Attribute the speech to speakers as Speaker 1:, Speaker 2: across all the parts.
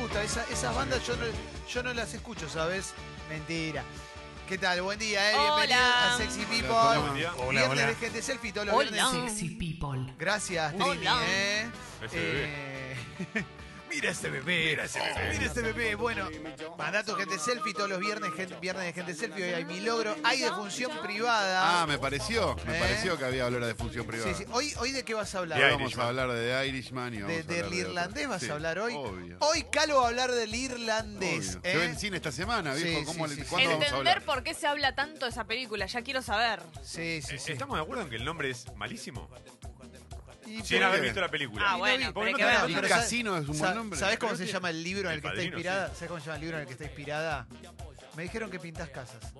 Speaker 1: gusta. Esa- esas bandas yo no, yo no las escucho, ¿sabes? Mentira. ¿Qué tal? Buen día, eh. Bienvenidos
Speaker 2: Hola.
Speaker 1: a Sexy People.
Speaker 3: Hola, buen día.
Speaker 1: Viernes
Speaker 4: Hola, hola.
Speaker 1: de gente selfie todos los
Speaker 2: Hola.
Speaker 1: viernes.
Speaker 4: Sexy people.
Speaker 1: Gracias, Trini,
Speaker 2: Hola.
Speaker 1: eh.
Speaker 3: Ese
Speaker 1: Eh, Mira este bebé, mira este bebé, mira este bebé. Bueno, mandato gente selfie todos los viernes, gente- viernes de gente selfie. Hoy hay mi logro, hay de función privada.
Speaker 4: Ah, me pareció. Me
Speaker 1: ¿Eh?
Speaker 4: pareció que había hablar de función privada.
Speaker 1: Sí, sí. Hoy, hoy de qué vas a hablar?
Speaker 4: Ahora
Speaker 3: De
Speaker 4: vamos
Speaker 3: Irishman.
Speaker 4: a hablar de The Irishman y vamos
Speaker 1: De-
Speaker 4: a hablar
Speaker 1: del
Speaker 4: de
Speaker 1: irlandés
Speaker 4: otra.
Speaker 1: vas
Speaker 4: Sí,
Speaker 1: a hablar hoy.
Speaker 4: Obvio.
Speaker 1: Hoy Calo va a hablar del irlandés.
Speaker 4: obvio.
Speaker 1: ¿eh?
Speaker 4: Se ve en cine esta semana,
Speaker 1: Sí,
Speaker 4: viejo.
Speaker 1: sí,
Speaker 4: ¿Cómo le-
Speaker 1: sí, sí.
Speaker 4: ¿Cuándo vamos a
Speaker 2: Entender
Speaker 4: hablar?
Speaker 2: por qué se habla tanto de esa película, ya quiero saber.
Speaker 1: Sí, sí,
Speaker 3: Eh,
Speaker 1: sí.
Speaker 3: ¿Estamos de acuerdo en que el nombre es malísimo?
Speaker 1: Y
Speaker 3: Sin
Speaker 4: pero-
Speaker 3: haber visto la película.
Speaker 2: Ah, bueno,
Speaker 3: Porque
Speaker 2: pero hay que
Speaker 3: no te
Speaker 2: ver.
Speaker 3: das
Speaker 4: Y
Speaker 1: pero
Speaker 3: cuenta.
Speaker 1: sa-
Speaker 4: Casino es un
Speaker 1: sa-
Speaker 4: buen nombre.
Speaker 1: ¿Sabés cómo
Speaker 3: Creo
Speaker 1: se
Speaker 3: que-
Speaker 1: llama el libro en el,
Speaker 3: El
Speaker 1: que está
Speaker 3: Padrino,
Speaker 1: inspirada? ¿Sabés cómo se llama el libro en el que está inspirada? Me dijeron que pintás casas.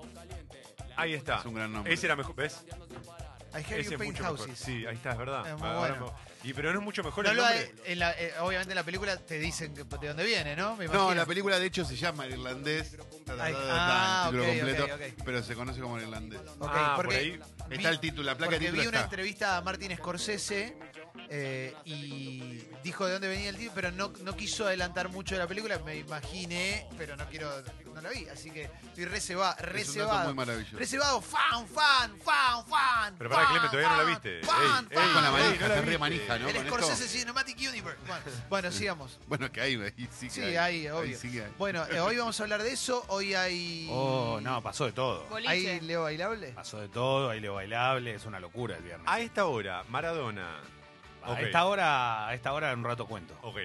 Speaker 3: Ahí está.
Speaker 4: Es un gran nombre.
Speaker 3: Ese era mejor. ¿Ves?
Speaker 1: I hear
Speaker 3: Ese
Speaker 1: you
Speaker 3: es
Speaker 1: paint
Speaker 3: mucho mejor.
Speaker 1: houses.
Speaker 3: Sí, ahí está, es verdad.
Speaker 1: Es muy
Speaker 3: Ahora
Speaker 1: bueno.
Speaker 3: me- Y, pero no es mucho mejor
Speaker 1: No
Speaker 3: el
Speaker 1: lo hay-
Speaker 3: nombre.
Speaker 1: en la- eh, obviamente en la película te dicen que- de dónde viene, ¿no? Me
Speaker 4: No,
Speaker 1: imagino.
Speaker 4: la película de hecho se llama El Irlandés. Ta, ta, ta,
Speaker 1: Ay,
Speaker 4: ta,
Speaker 1: ah,
Speaker 4: el título
Speaker 1: ok,
Speaker 4: completo,
Speaker 1: ok, ok.
Speaker 4: pero se conoce como El Irlandés.
Speaker 1: Ok,
Speaker 3: Ah,
Speaker 1: porque
Speaker 3: por ahí.
Speaker 1: vi-
Speaker 4: Está el título, la placa de
Speaker 1: porque
Speaker 4: título
Speaker 1: vi una
Speaker 4: está.
Speaker 1: entrevista a Martin Scorsese eh, y dijo de dónde venía el título, pero no, no quiso adelantar mucho de la película, me imaginé, pero no quiero, no la vi, así que estoy reservado,
Speaker 4: Es un dato
Speaker 1: reservado.
Speaker 4: muy maravilloso.
Speaker 1: Reservado, fan, fan, fan, fan.
Speaker 3: Pero pará,
Speaker 1: fan,
Speaker 3: Clemente, todavía no la
Speaker 1: fan,
Speaker 3: viste.
Speaker 1: Fan,
Speaker 3: Ey, ey,
Speaker 1: fan,
Speaker 4: Con la
Speaker 1: fan.
Speaker 4: manija,
Speaker 3: la
Speaker 4: se
Speaker 3: viste.
Speaker 4: re manija, ¿no?
Speaker 1: El
Speaker 4: Con esto.
Speaker 1: Scorsese Cinematic Universe. Bueno, bueno, sigamos.
Speaker 4: Bueno, que ahí, ahí sí que
Speaker 1: Sí,
Speaker 4: hay.
Speaker 1: ahí, obvio.
Speaker 4: Ahí sí que hay.
Speaker 1: Bueno, eh, hoy vamos a hablar de eso. Hoy hay.
Speaker 5: Oh, no, pasó de todo.
Speaker 2: Boliche.
Speaker 1: ¿Hay Leo Bailable?
Speaker 3: Ah.
Speaker 5: Pasó de todo, hay Leo Bailable, es una locura el viernes.
Speaker 3: A esta hora, Maradona.
Speaker 5: a,
Speaker 3: ok.
Speaker 5: esta hora, a esta hora en un rato cuento.
Speaker 3: Ok.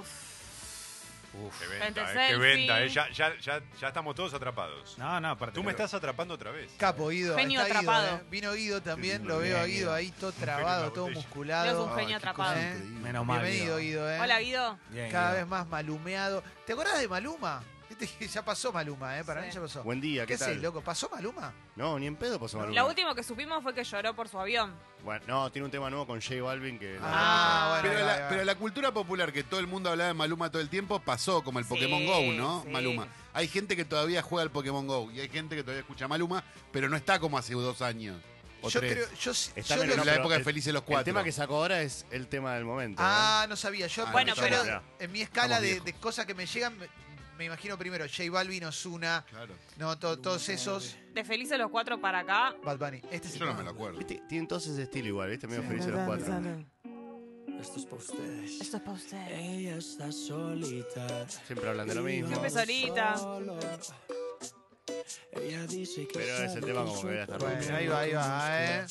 Speaker 2: Uf.
Speaker 5: Uf.
Speaker 3: Qué
Speaker 2: Gente
Speaker 3: venta, eh, qué
Speaker 2: selfie.
Speaker 3: venta. eh. Ya, ya, ya, ya estamos todos atrapados.
Speaker 5: No, no, aparte.
Speaker 3: Tú me
Speaker 5: pero-
Speaker 3: estás atrapando otra vez.
Speaker 1: Capo, Guido.
Speaker 2: Genio
Speaker 1: está Guido,
Speaker 2: atrapado.
Speaker 1: eh. Vino Guido también,
Speaker 4: Qué
Speaker 1: lo
Speaker 4: lindo,
Speaker 1: veo a
Speaker 5: bien,
Speaker 1: Guido
Speaker 5: Guido.
Speaker 1: ahí todo
Speaker 3: en
Speaker 1: trabado,
Speaker 3: la
Speaker 1: todo
Speaker 3: botella.
Speaker 2: Leo es
Speaker 1: musculado.
Speaker 2: un genio
Speaker 4: Ay, qué
Speaker 2: atrapado.
Speaker 4: cosa
Speaker 1: ¿Eh?
Speaker 4: increíble.
Speaker 5: Menos mal.
Speaker 1: Bienvenido, Guido, eh.
Speaker 2: Hola, Guido.
Speaker 5: Bien,
Speaker 1: Cada
Speaker 5: Guido.
Speaker 1: vez más malumeado. ¿Te acordás de Maluma? Este ya pasó Maluma, ¿eh? Para
Speaker 2: Sí.
Speaker 1: mí ya pasó.
Speaker 6: Buen día,
Speaker 1: ¿Qué
Speaker 6: ¿qué,
Speaker 1: haces,
Speaker 6: tal?
Speaker 1: loco? ¿Pasó Maluma?
Speaker 6: No, ni en pedo pasó Maluma.
Speaker 2: Lo último que supimos fue que lloró por su avión.
Speaker 6: Bueno, no, tiene un tema nuevo con J Balvin que...
Speaker 1: Ah, bueno.
Speaker 4: Pero,
Speaker 1: ahí va,
Speaker 4: la,
Speaker 1: ahí va.
Speaker 4: pero la cultura popular que todo el mundo hablaba de Maluma todo el tiempo pasó, como el
Speaker 2: Sí,
Speaker 4: Pokémon Go, ¿no?
Speaker 2: sí.
Speaker 4: Maluma. Hay gente que todavía juega al Pokémon Go y hay gente que todavía escucha a Maluma, pero no está como hace dos años. O
Speaker 1: yo
Speaker 4: tres.
Speaker 1: creo. Yo, sí-
Speaker 6: Está
Speaker 1: yo
Speaker 4: en
Speaker 6: menos-
Speaker 1: lo-
Speaker 4: la
Speaker 6: pero
Speaker 4: época de
Speaker 6: el-
Speaker 4: Felices los
Speaker 6: El
Speaker 4: Cuatro.
Speaker 6: tema que sacó ahora es el tema del momento. ¿eh?
Speaker 1: Ah, no sabía. Yo,
Speaker 4: Ah,
Speaker 1: bueno,
Speaker 2: Bueno,
Speaker 1: pero
Speaker 2: pero-
Speaker 1: en mi escala
Speaker 4: Estamos
Speaker 1: de,
Speaker 4: viejos.
Speaker 1: de cosas que me llegan, me, me imagino primero J Balvin, Ozuna,
Speaker 4: Claro.
Speaker 1: no, To- todos esos.
Speaker 2: De felices los cuatro para acá.
Speaker 1: Bad Bunny. Este es el
Speaker 4: Yo no
Speaker 1: tema.
Speaker 4: me lo acuerdo.
Speaker 6: ¿Viste? Tienen todos ese estilo igual, ¿viste? Medio felices los cuatro.
Speaker 7: Esto es para ustedes.
Speaker 2: es para usted.
Speaker 7: Ella está solita.
Speaker 6: Siempre hablan de lo mismo.
Speaker 2: Siempre solita.
Speaker 7: Solo. Ella dice que
Speaker 6: Pero ese tema como que voy a estar
Speaker 1: Bueno, ahí va, ahí va, ¿eh?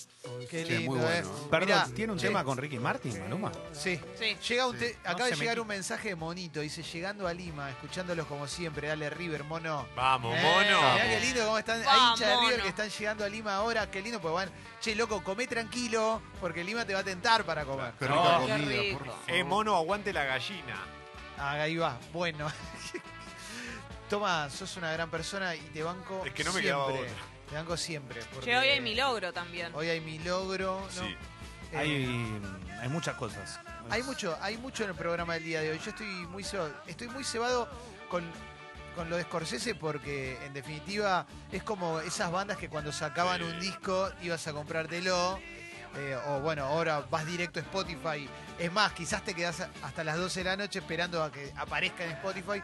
Speaker 1: Qué
Speaker 4: Che,
Speaker 1: lindo,
Speaker 4: muy bueno.
Speaker 1: ¿eh?
Speaker 5: Perdón,
Speaker 1: Mirá,
Speaker 5: ¿tiene un
Speaker 1: che,
Speaker 5: tema con Ricky Martin, Maluma?
Speaker 1: Sí.
Speaker 2: Sí.
Speaker 1: Llega un te- Acaba
Speaker 5: No
Speaker 1: de
Speaker 5: se me
Speaker 1: llegar
Speaker 5: quita.
Speaker 1: un mensaje de Monito. Dice, llegando a Lima, escuchándolos como siempre. Dale, River, mono.
Speaker 3: Vamos,
Speaker 1: Eh, Mirá qué
Speaker 3: mono.
Speaker 1: lindo cómo están. Hay
Speaker 2: Vamos,
Speaker 1: hinchas de River
Speaker 2: mono.
Speaker 1: que están llegando a Lima ahora. Qué lindo, pues van. Che, loco, comé tranquilo, porque Lima te va a tentar para comer.
Speaker 4: Qué rica
Speaker 5: No.
Speaker 4: comida,
Speaker 2: Qué rico.
Speaker 4: por favor.
Speaker 3: Eh, mono, aguante la gallina.
Speaker 1: Ah, ahí va. Bueno. Toma, sos una gran persona y te banco
Speaker 3: Es que no me quedaba
Speaker 1: siempre.
Speaker 3: otra.
Speaker 1: Te banco siempre. porque
Speaker 2: Che, hoy hay mi logro también.
Speaker 1: Hoy hay mi logro. ¿no?
Speaker 3: Sí.
Speaker 1: Eh,
Speaker 5: Hay, mm, hay muchas cosas.
Speaker 1: Hay mucho, hay mucho en el programa del día de hoy. Yo estoy muy cebado, estoy muy cebado con, con lo de Scorsese porque en definitiva es como esas bandas que cuando sacaban un disco ibas a comprártelo. eh, o bueno, ahora vas directo a Spotify. Es más, quizás te quedás a- hasta las 12 de la noche esperando a que aparezca en Spotify.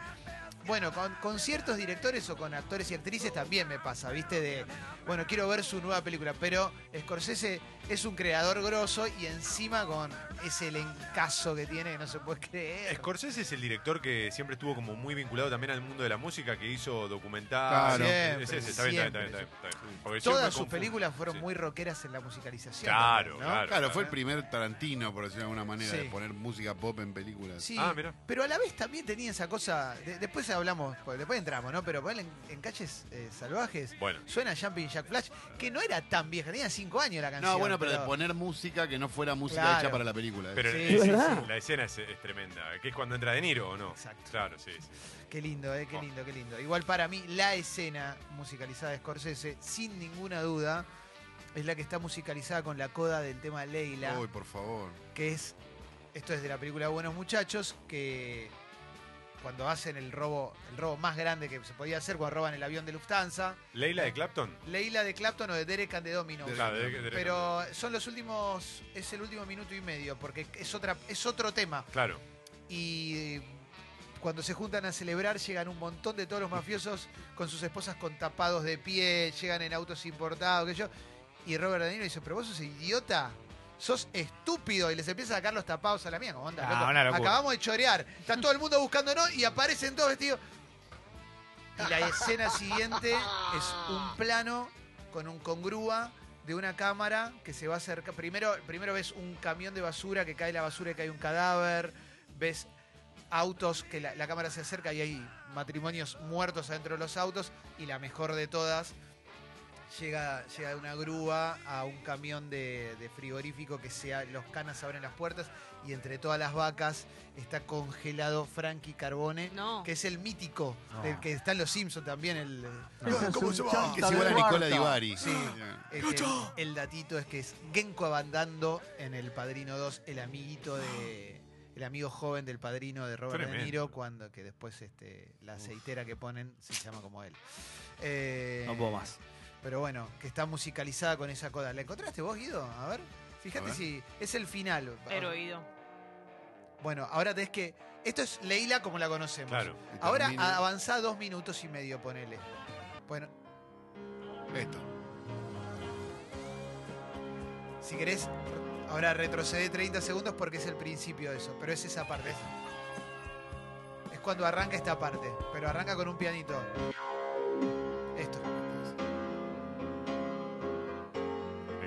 Speaker 1: Bueno, con, con ciertos directores o con actores y actrices también me pasa, ¿viste? De, bueno, quiero ver su nueva película, pero Scorsese es un creador grosso y encima con ese elencazo que tiene, que no se puede creer.
Speaker 3: Scorsese es el director que siempre estuvo como muy vinculado también al mundo de la música, que hizo documentales.
Speaker 4: Claro.
Speaker 3: Es ese, está bien, está bien, está bien, está bien, está bien. Porque siempre
Speaker 1: Todas sus
Speaker 3: confundo.
Speaker 1: películas fueron
Speaker 3: Sí.
Speaker 1: muy rockeras en la musicalización.
Speaker 3: Claro,
Speaker 1: también, ¿no?
Speaker 3: claro.
Speaker 4: Claro, fue el primer Tarantino, por decirlo de alguna manera,
Speaker 1: ¿eh? Sí.
Speaker 4: de poner música pop en películas.
Speaker 1: Sí,
Speaker 3: Ah, mirá.
Speaker 1: pero a la vez también tenía esa cosa. de- después hablamos, pues, después entramos, ¿no? Pero ponele en, en calles eh, salvajes
Speaker 3: Bueno.
Speaker 1: suena Jumping Jack Flash, que no era tan vieja, tenía 5 años la canción.
Speaker 4: No, bueno, pero de poner música que no fuera música
Speaker 1: Claro.
Speaker 4: hecha para la película. ¿eh?
Speaker 3: Pero
Speaker 1: Sí,
Speaker 3: es-
Speaker 1: es
Speaker 3: es-
Speaker 1: verdad.
Speaker 3: la escena es, es tremenda, que es cuando entra De Niro, ¿o no?
Speaker 1: Exacto.
Speaker 3: Claro, sí. sí.
Speaker 1: Qué lindo, eh, qué
Speaker 3: Oh.
Speaker 1: lindo, qué lindo. Igual para mí, la escena musicalizada de Scorsese, sin ninguna duda, es la que está musicalizada con la coda del tema Leila,
Speaker 4: Uy, por favor.
Speaker 1: que es. Esto es de la película Buenos Muchachos, que cuando hacen el robo, el robo más grande que se podía hacer, cuando roban el avión de Lufthansa,
Speaker 3: Leila de Clapton.
Speaker 1: Leila de Clapton o de Derek and the Dominos.
Speaker 4: Derek.
Speaker 3: Claro, de- de-
Speaker 1: Pero son los últimos, es el último minuto y medio, porque es otra, es otro tema.
Speaker 3: claro.
Speaker 1: Y Cuando se juntan a celebrar, llegan un montón de todos los mafiosos con sus esposas con tapados de pie, llegan en autos importados, que yo. Y Robert De Niro dice, pero vos sos idiota, sos estúpido. Y les empieza a sacar los tapados a la mía. Como, onda,
Speaker 5: Ah,
Speaker 1: loco,
Speaker 5: una locura.
Speaker 1: acabamos de chorear. Está todo el mundo buscándonos y aparecen todos vestidos. Y la escena siguiente es un plano con un congrúa de una cámara que se va acerca. Primero, primero ves un camión de basura que cae la basura y cae un cadáver. Ves autos que la, la cámara se acerca y hay matrimonios muertos adentro de los autos. Y la mejor de todas llega, llega de una grúa a un camión de, de frigorífico que sea, los canas abren las puertas y entre todas las vacas está congelado Frankie Carbone,
Speaker 2: No.
Speaker 1: que es el mítico,
Speaker 5: No.
Speaker 1: del que está en Los Simpsons también. El,
Speaker 4: ¿Cómo se va? Que es igual a Nicola Divari.
Speaker 1: Sí. el- Eh, el, el datito es que es Genko Abandando en El Padrino 2, el amiguito de... El amigo joven del padrino de Robert De
Speaker 3: Tremendo.
Speaker 1: Niro, cuando que después este, la aceitera que ponen se llama como él. Eh,
Speaker 5: No puedo más.
Speaker 1: pero bueno, que está musicalizada con esa coda. ¿La encontraste vos, Guido? A ver. Fíjate
Speaker 4: A ver.
Speaker 1: si es el final.
Speaker 2: Heroído.
Speaker 1: Bueno, ahora tenés que. Esto es Leila como la conocemos.
Speaker 3: Claro.
Speaker 1: Ahora ah,
Speaker 4: Termina.
Speaker 1: avanzá dos minutos y medio, ponele. Bueno,
Speaker 4: Esto.
Speaker 1: si querés, ahora retrocede 30 segundos porque es el principio de eso. Pero es esa parte. Es cuando arranca esta parte. Pero arranca con un pianito. Esto.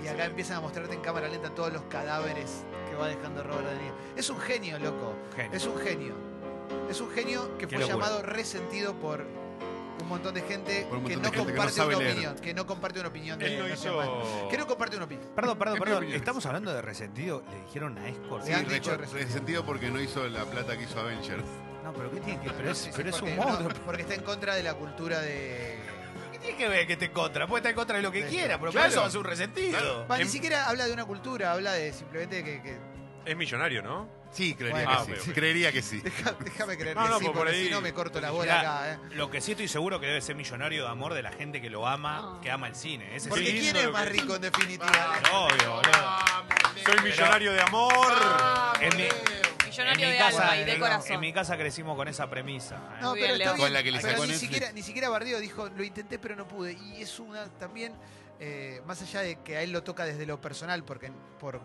Speaker 1: Y acá empiezan a mostrarte en cámara lenta todos los cadáveres que va dejando Robert De Niro. Es un genio, loco.
Speaker 5: Genio.
Speaker 1: Es un genio. Es un genio que
Speaker 5: Qué
Speaker 1: fue
Speaker 5: locura.
Speaker 1: llamado resentido por un montón de gente,
Speaker 4: Por un
Speaker 1: que, no
Speaker 4: montón de gente que no
Speaker 1: comparte
Speaker 4: sabe
Speaker 1: una
Speaker 4: leer.
Speaker 1: opinión, que no comparte una opinión de
Speaker 3: Él lo
Speaker 1: los demás.
Speaker 3: hizo.
Speaker 1: Que no comparte una opinión.
Speaker 5: Perdón, perdón,
Speaker 4: ¿Qué
Speaker 5: perdón.
Speaker 4: opiniones?
Speaker 5: Estamos hablando de resentido. Le dijeron a Escort.
Speaker 1: Sí, han dicho
Speaker 4: Reco-
Speaker 1: resentido.
Speaker 4: Resentido porque no hizo la plata que hizo Avengers.
Speaker 5: No, pero ¿qué tiene que ver? Pero
Speaker 1: Sí, sí,
Speaker 5: es, pero es
Speaker 1: porque
Speaker 5: un
Speaker 1: no,
Speaker 5: monstruo.
Speaker 1: porque está en contra de la cultura de.
Speaker 5: ¿Qué tiene que ver que te contra? Puede estar en contra de lo que
Speaker 1: Sí.
Speaker 5: quiera, pero
Speaker 1: Claro.
Speaker 5: por eso va a ser un resentido.
Speaker 1: Va, ni
Speaker 3: Em-
Speaker 5: En-
Speaker 1: siquiera habla de una cultura, habla de simplemente que. que-
Speaker 3: Es millonario, ¿no?
Speaker 4: Sí, creería
Speaker 1: Bueno.
Speaker 4: que
Speaker 3: Ah,
Speaker 4: sí.
Speaker 3: ok, ok.
Speaker 4: Creería que sí.
Speaker 1: Deja- déjame creer
Speaker 3: No,
Speaker 1: que
Speaker 3: no,
Speaker 1: sí,
Speaker 3: por
Speaker 1: porque
Speaker 3: ahí-
Speaker 1: si no me corto la bola
Speaker 5: Ya,
Speaker 1: acá. ¿eh?
Speaker 5: Lo que sí estoy seguro que debe ser millonario de amor de la gente que lo ama,
Speaker 2: Ah.
Speaker 5: que ama el cine. Ese
Speaker 1: Porque
Speaker 5: sí.
Speaker 1: ¿quién
Speaker 3: lo
Speaker 1: es
Speaker 3: que- Ah,
Speaker 1: más rico en definitiva?
Speaker 5: Obvio, boludo.
Speaker 1: Ah,
Speaker 3: Soy millonario de amor.
Speaker 5: En mi,
Speaker 2: Millonario
Speaker 5: en mi
Speaker 2: de
Speaker 5: casa,
Speaker 2: alma y de
Speaker 5: en-
Speaker 2: corazón.
Speaker 5: en mi casa crecimos con esa premisa. ¿eh?
Speaker 1: No,
Speaker 2: Muy
Speaker 1: pero
Speaker 2: bien,
Speaker 1: está
Speaker 2: Leo.
Speaker 1: bien.
Speaker 4: Con la que le
Speaker 1: Pero
Speaker 4: sacó
Speaker 1: ni
Speaker 4: Netflix.
Speaker 1: siquiera, ni siquiera Bardeo dijo, lo intenté pero no pude. Y es una también, eh, más allá de que a él lo toca desde lo personal, porque por,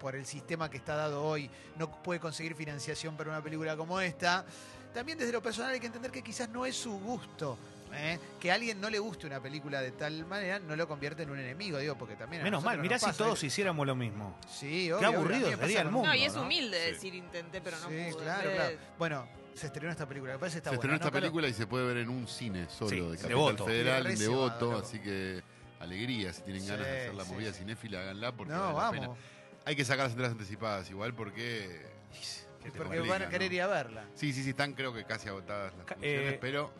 Speaker 1: por el sistema que está dado hoy, no puede conseguir financiación para una película como esta. También desde lo personal hay que entender que quizás no es su gusto. ¿eh? Que a alguien no le guste una película de tal manera no lo convierte en un enemigo, digo, porque también. a
Speaker 5: Menos
Speaker 1: nosotros
Speaker 5: mal, mirá
Speaker 1: nos
Speaker 5: si
Speaker 1: pasa,
Speaker 5: todos
Speaker 1: ¿eh?
Speaker 5: hiciéramos lo mismo.
Speaker 1: Sí, obvio, obvio,
Speaker 5: Qué
Speaker 1: a mí
Speaker 5: aburrido
Speaker 1: me pasa
Speaker 5: sería el
Speaker 1: con-
Speaker 5: mundo.
Speaker 2: No, y es
Speaker 5: ¿no?
Speaker 2: humilde
Speaker 3: Sí.
Speaker 2: decir intenté, pero no
Speaker 1: sí,
Speaker 2: pude.
Speaker 1: claro,
Speaker 2: Eh,
Speaker 1: claro. Bueno, se estrenó esta película, me parece que está
Speaker 4: Se estrenó
Speaker 1: buena,
Speaker 4: esta
Speaker 1: ¿no, Calo?
Speaker 4: película y se puede ver en un cine solo
Speaker 5: Sí,
Speaker 4: de
Speaker 5: en
Speaker 4: Capital
Speaker 5: Devoto.
Speaker 4: Federal,
Speaker 1: Qué
Speaker 4: en
Speaker 1: reservado,
Speaker 4: Devoto,
Speaker 1: loco.
Speaker 4: así que alegría, si tienen
Speaker 1: Sí,
Speaker 4: ganas de hacer la
Speaker 1: sí,
Speaker 4: movida
Speaker 1: sí.
Speaker 4: cinéfila, háganla porque
Speaker 1: No,
Speaker 4: vale la pena.
Speaker 1: vamos.
Speaker 4: Hay que sacar las entradas anticipadas igual porque
Speaker 5: Que te
Speaker 1: Porque
Speaker 4: complica,
Speaker 1: van a querer
Speaker 4: ¿no?
Speaker 1: ir a verla.
Speaker 4: Sí, sí, sí, están creo que casi agotadas las
Speaker 5: Ca-
Speaker 4: funciones,
Speaker 5: eh,
Speaker 4: pero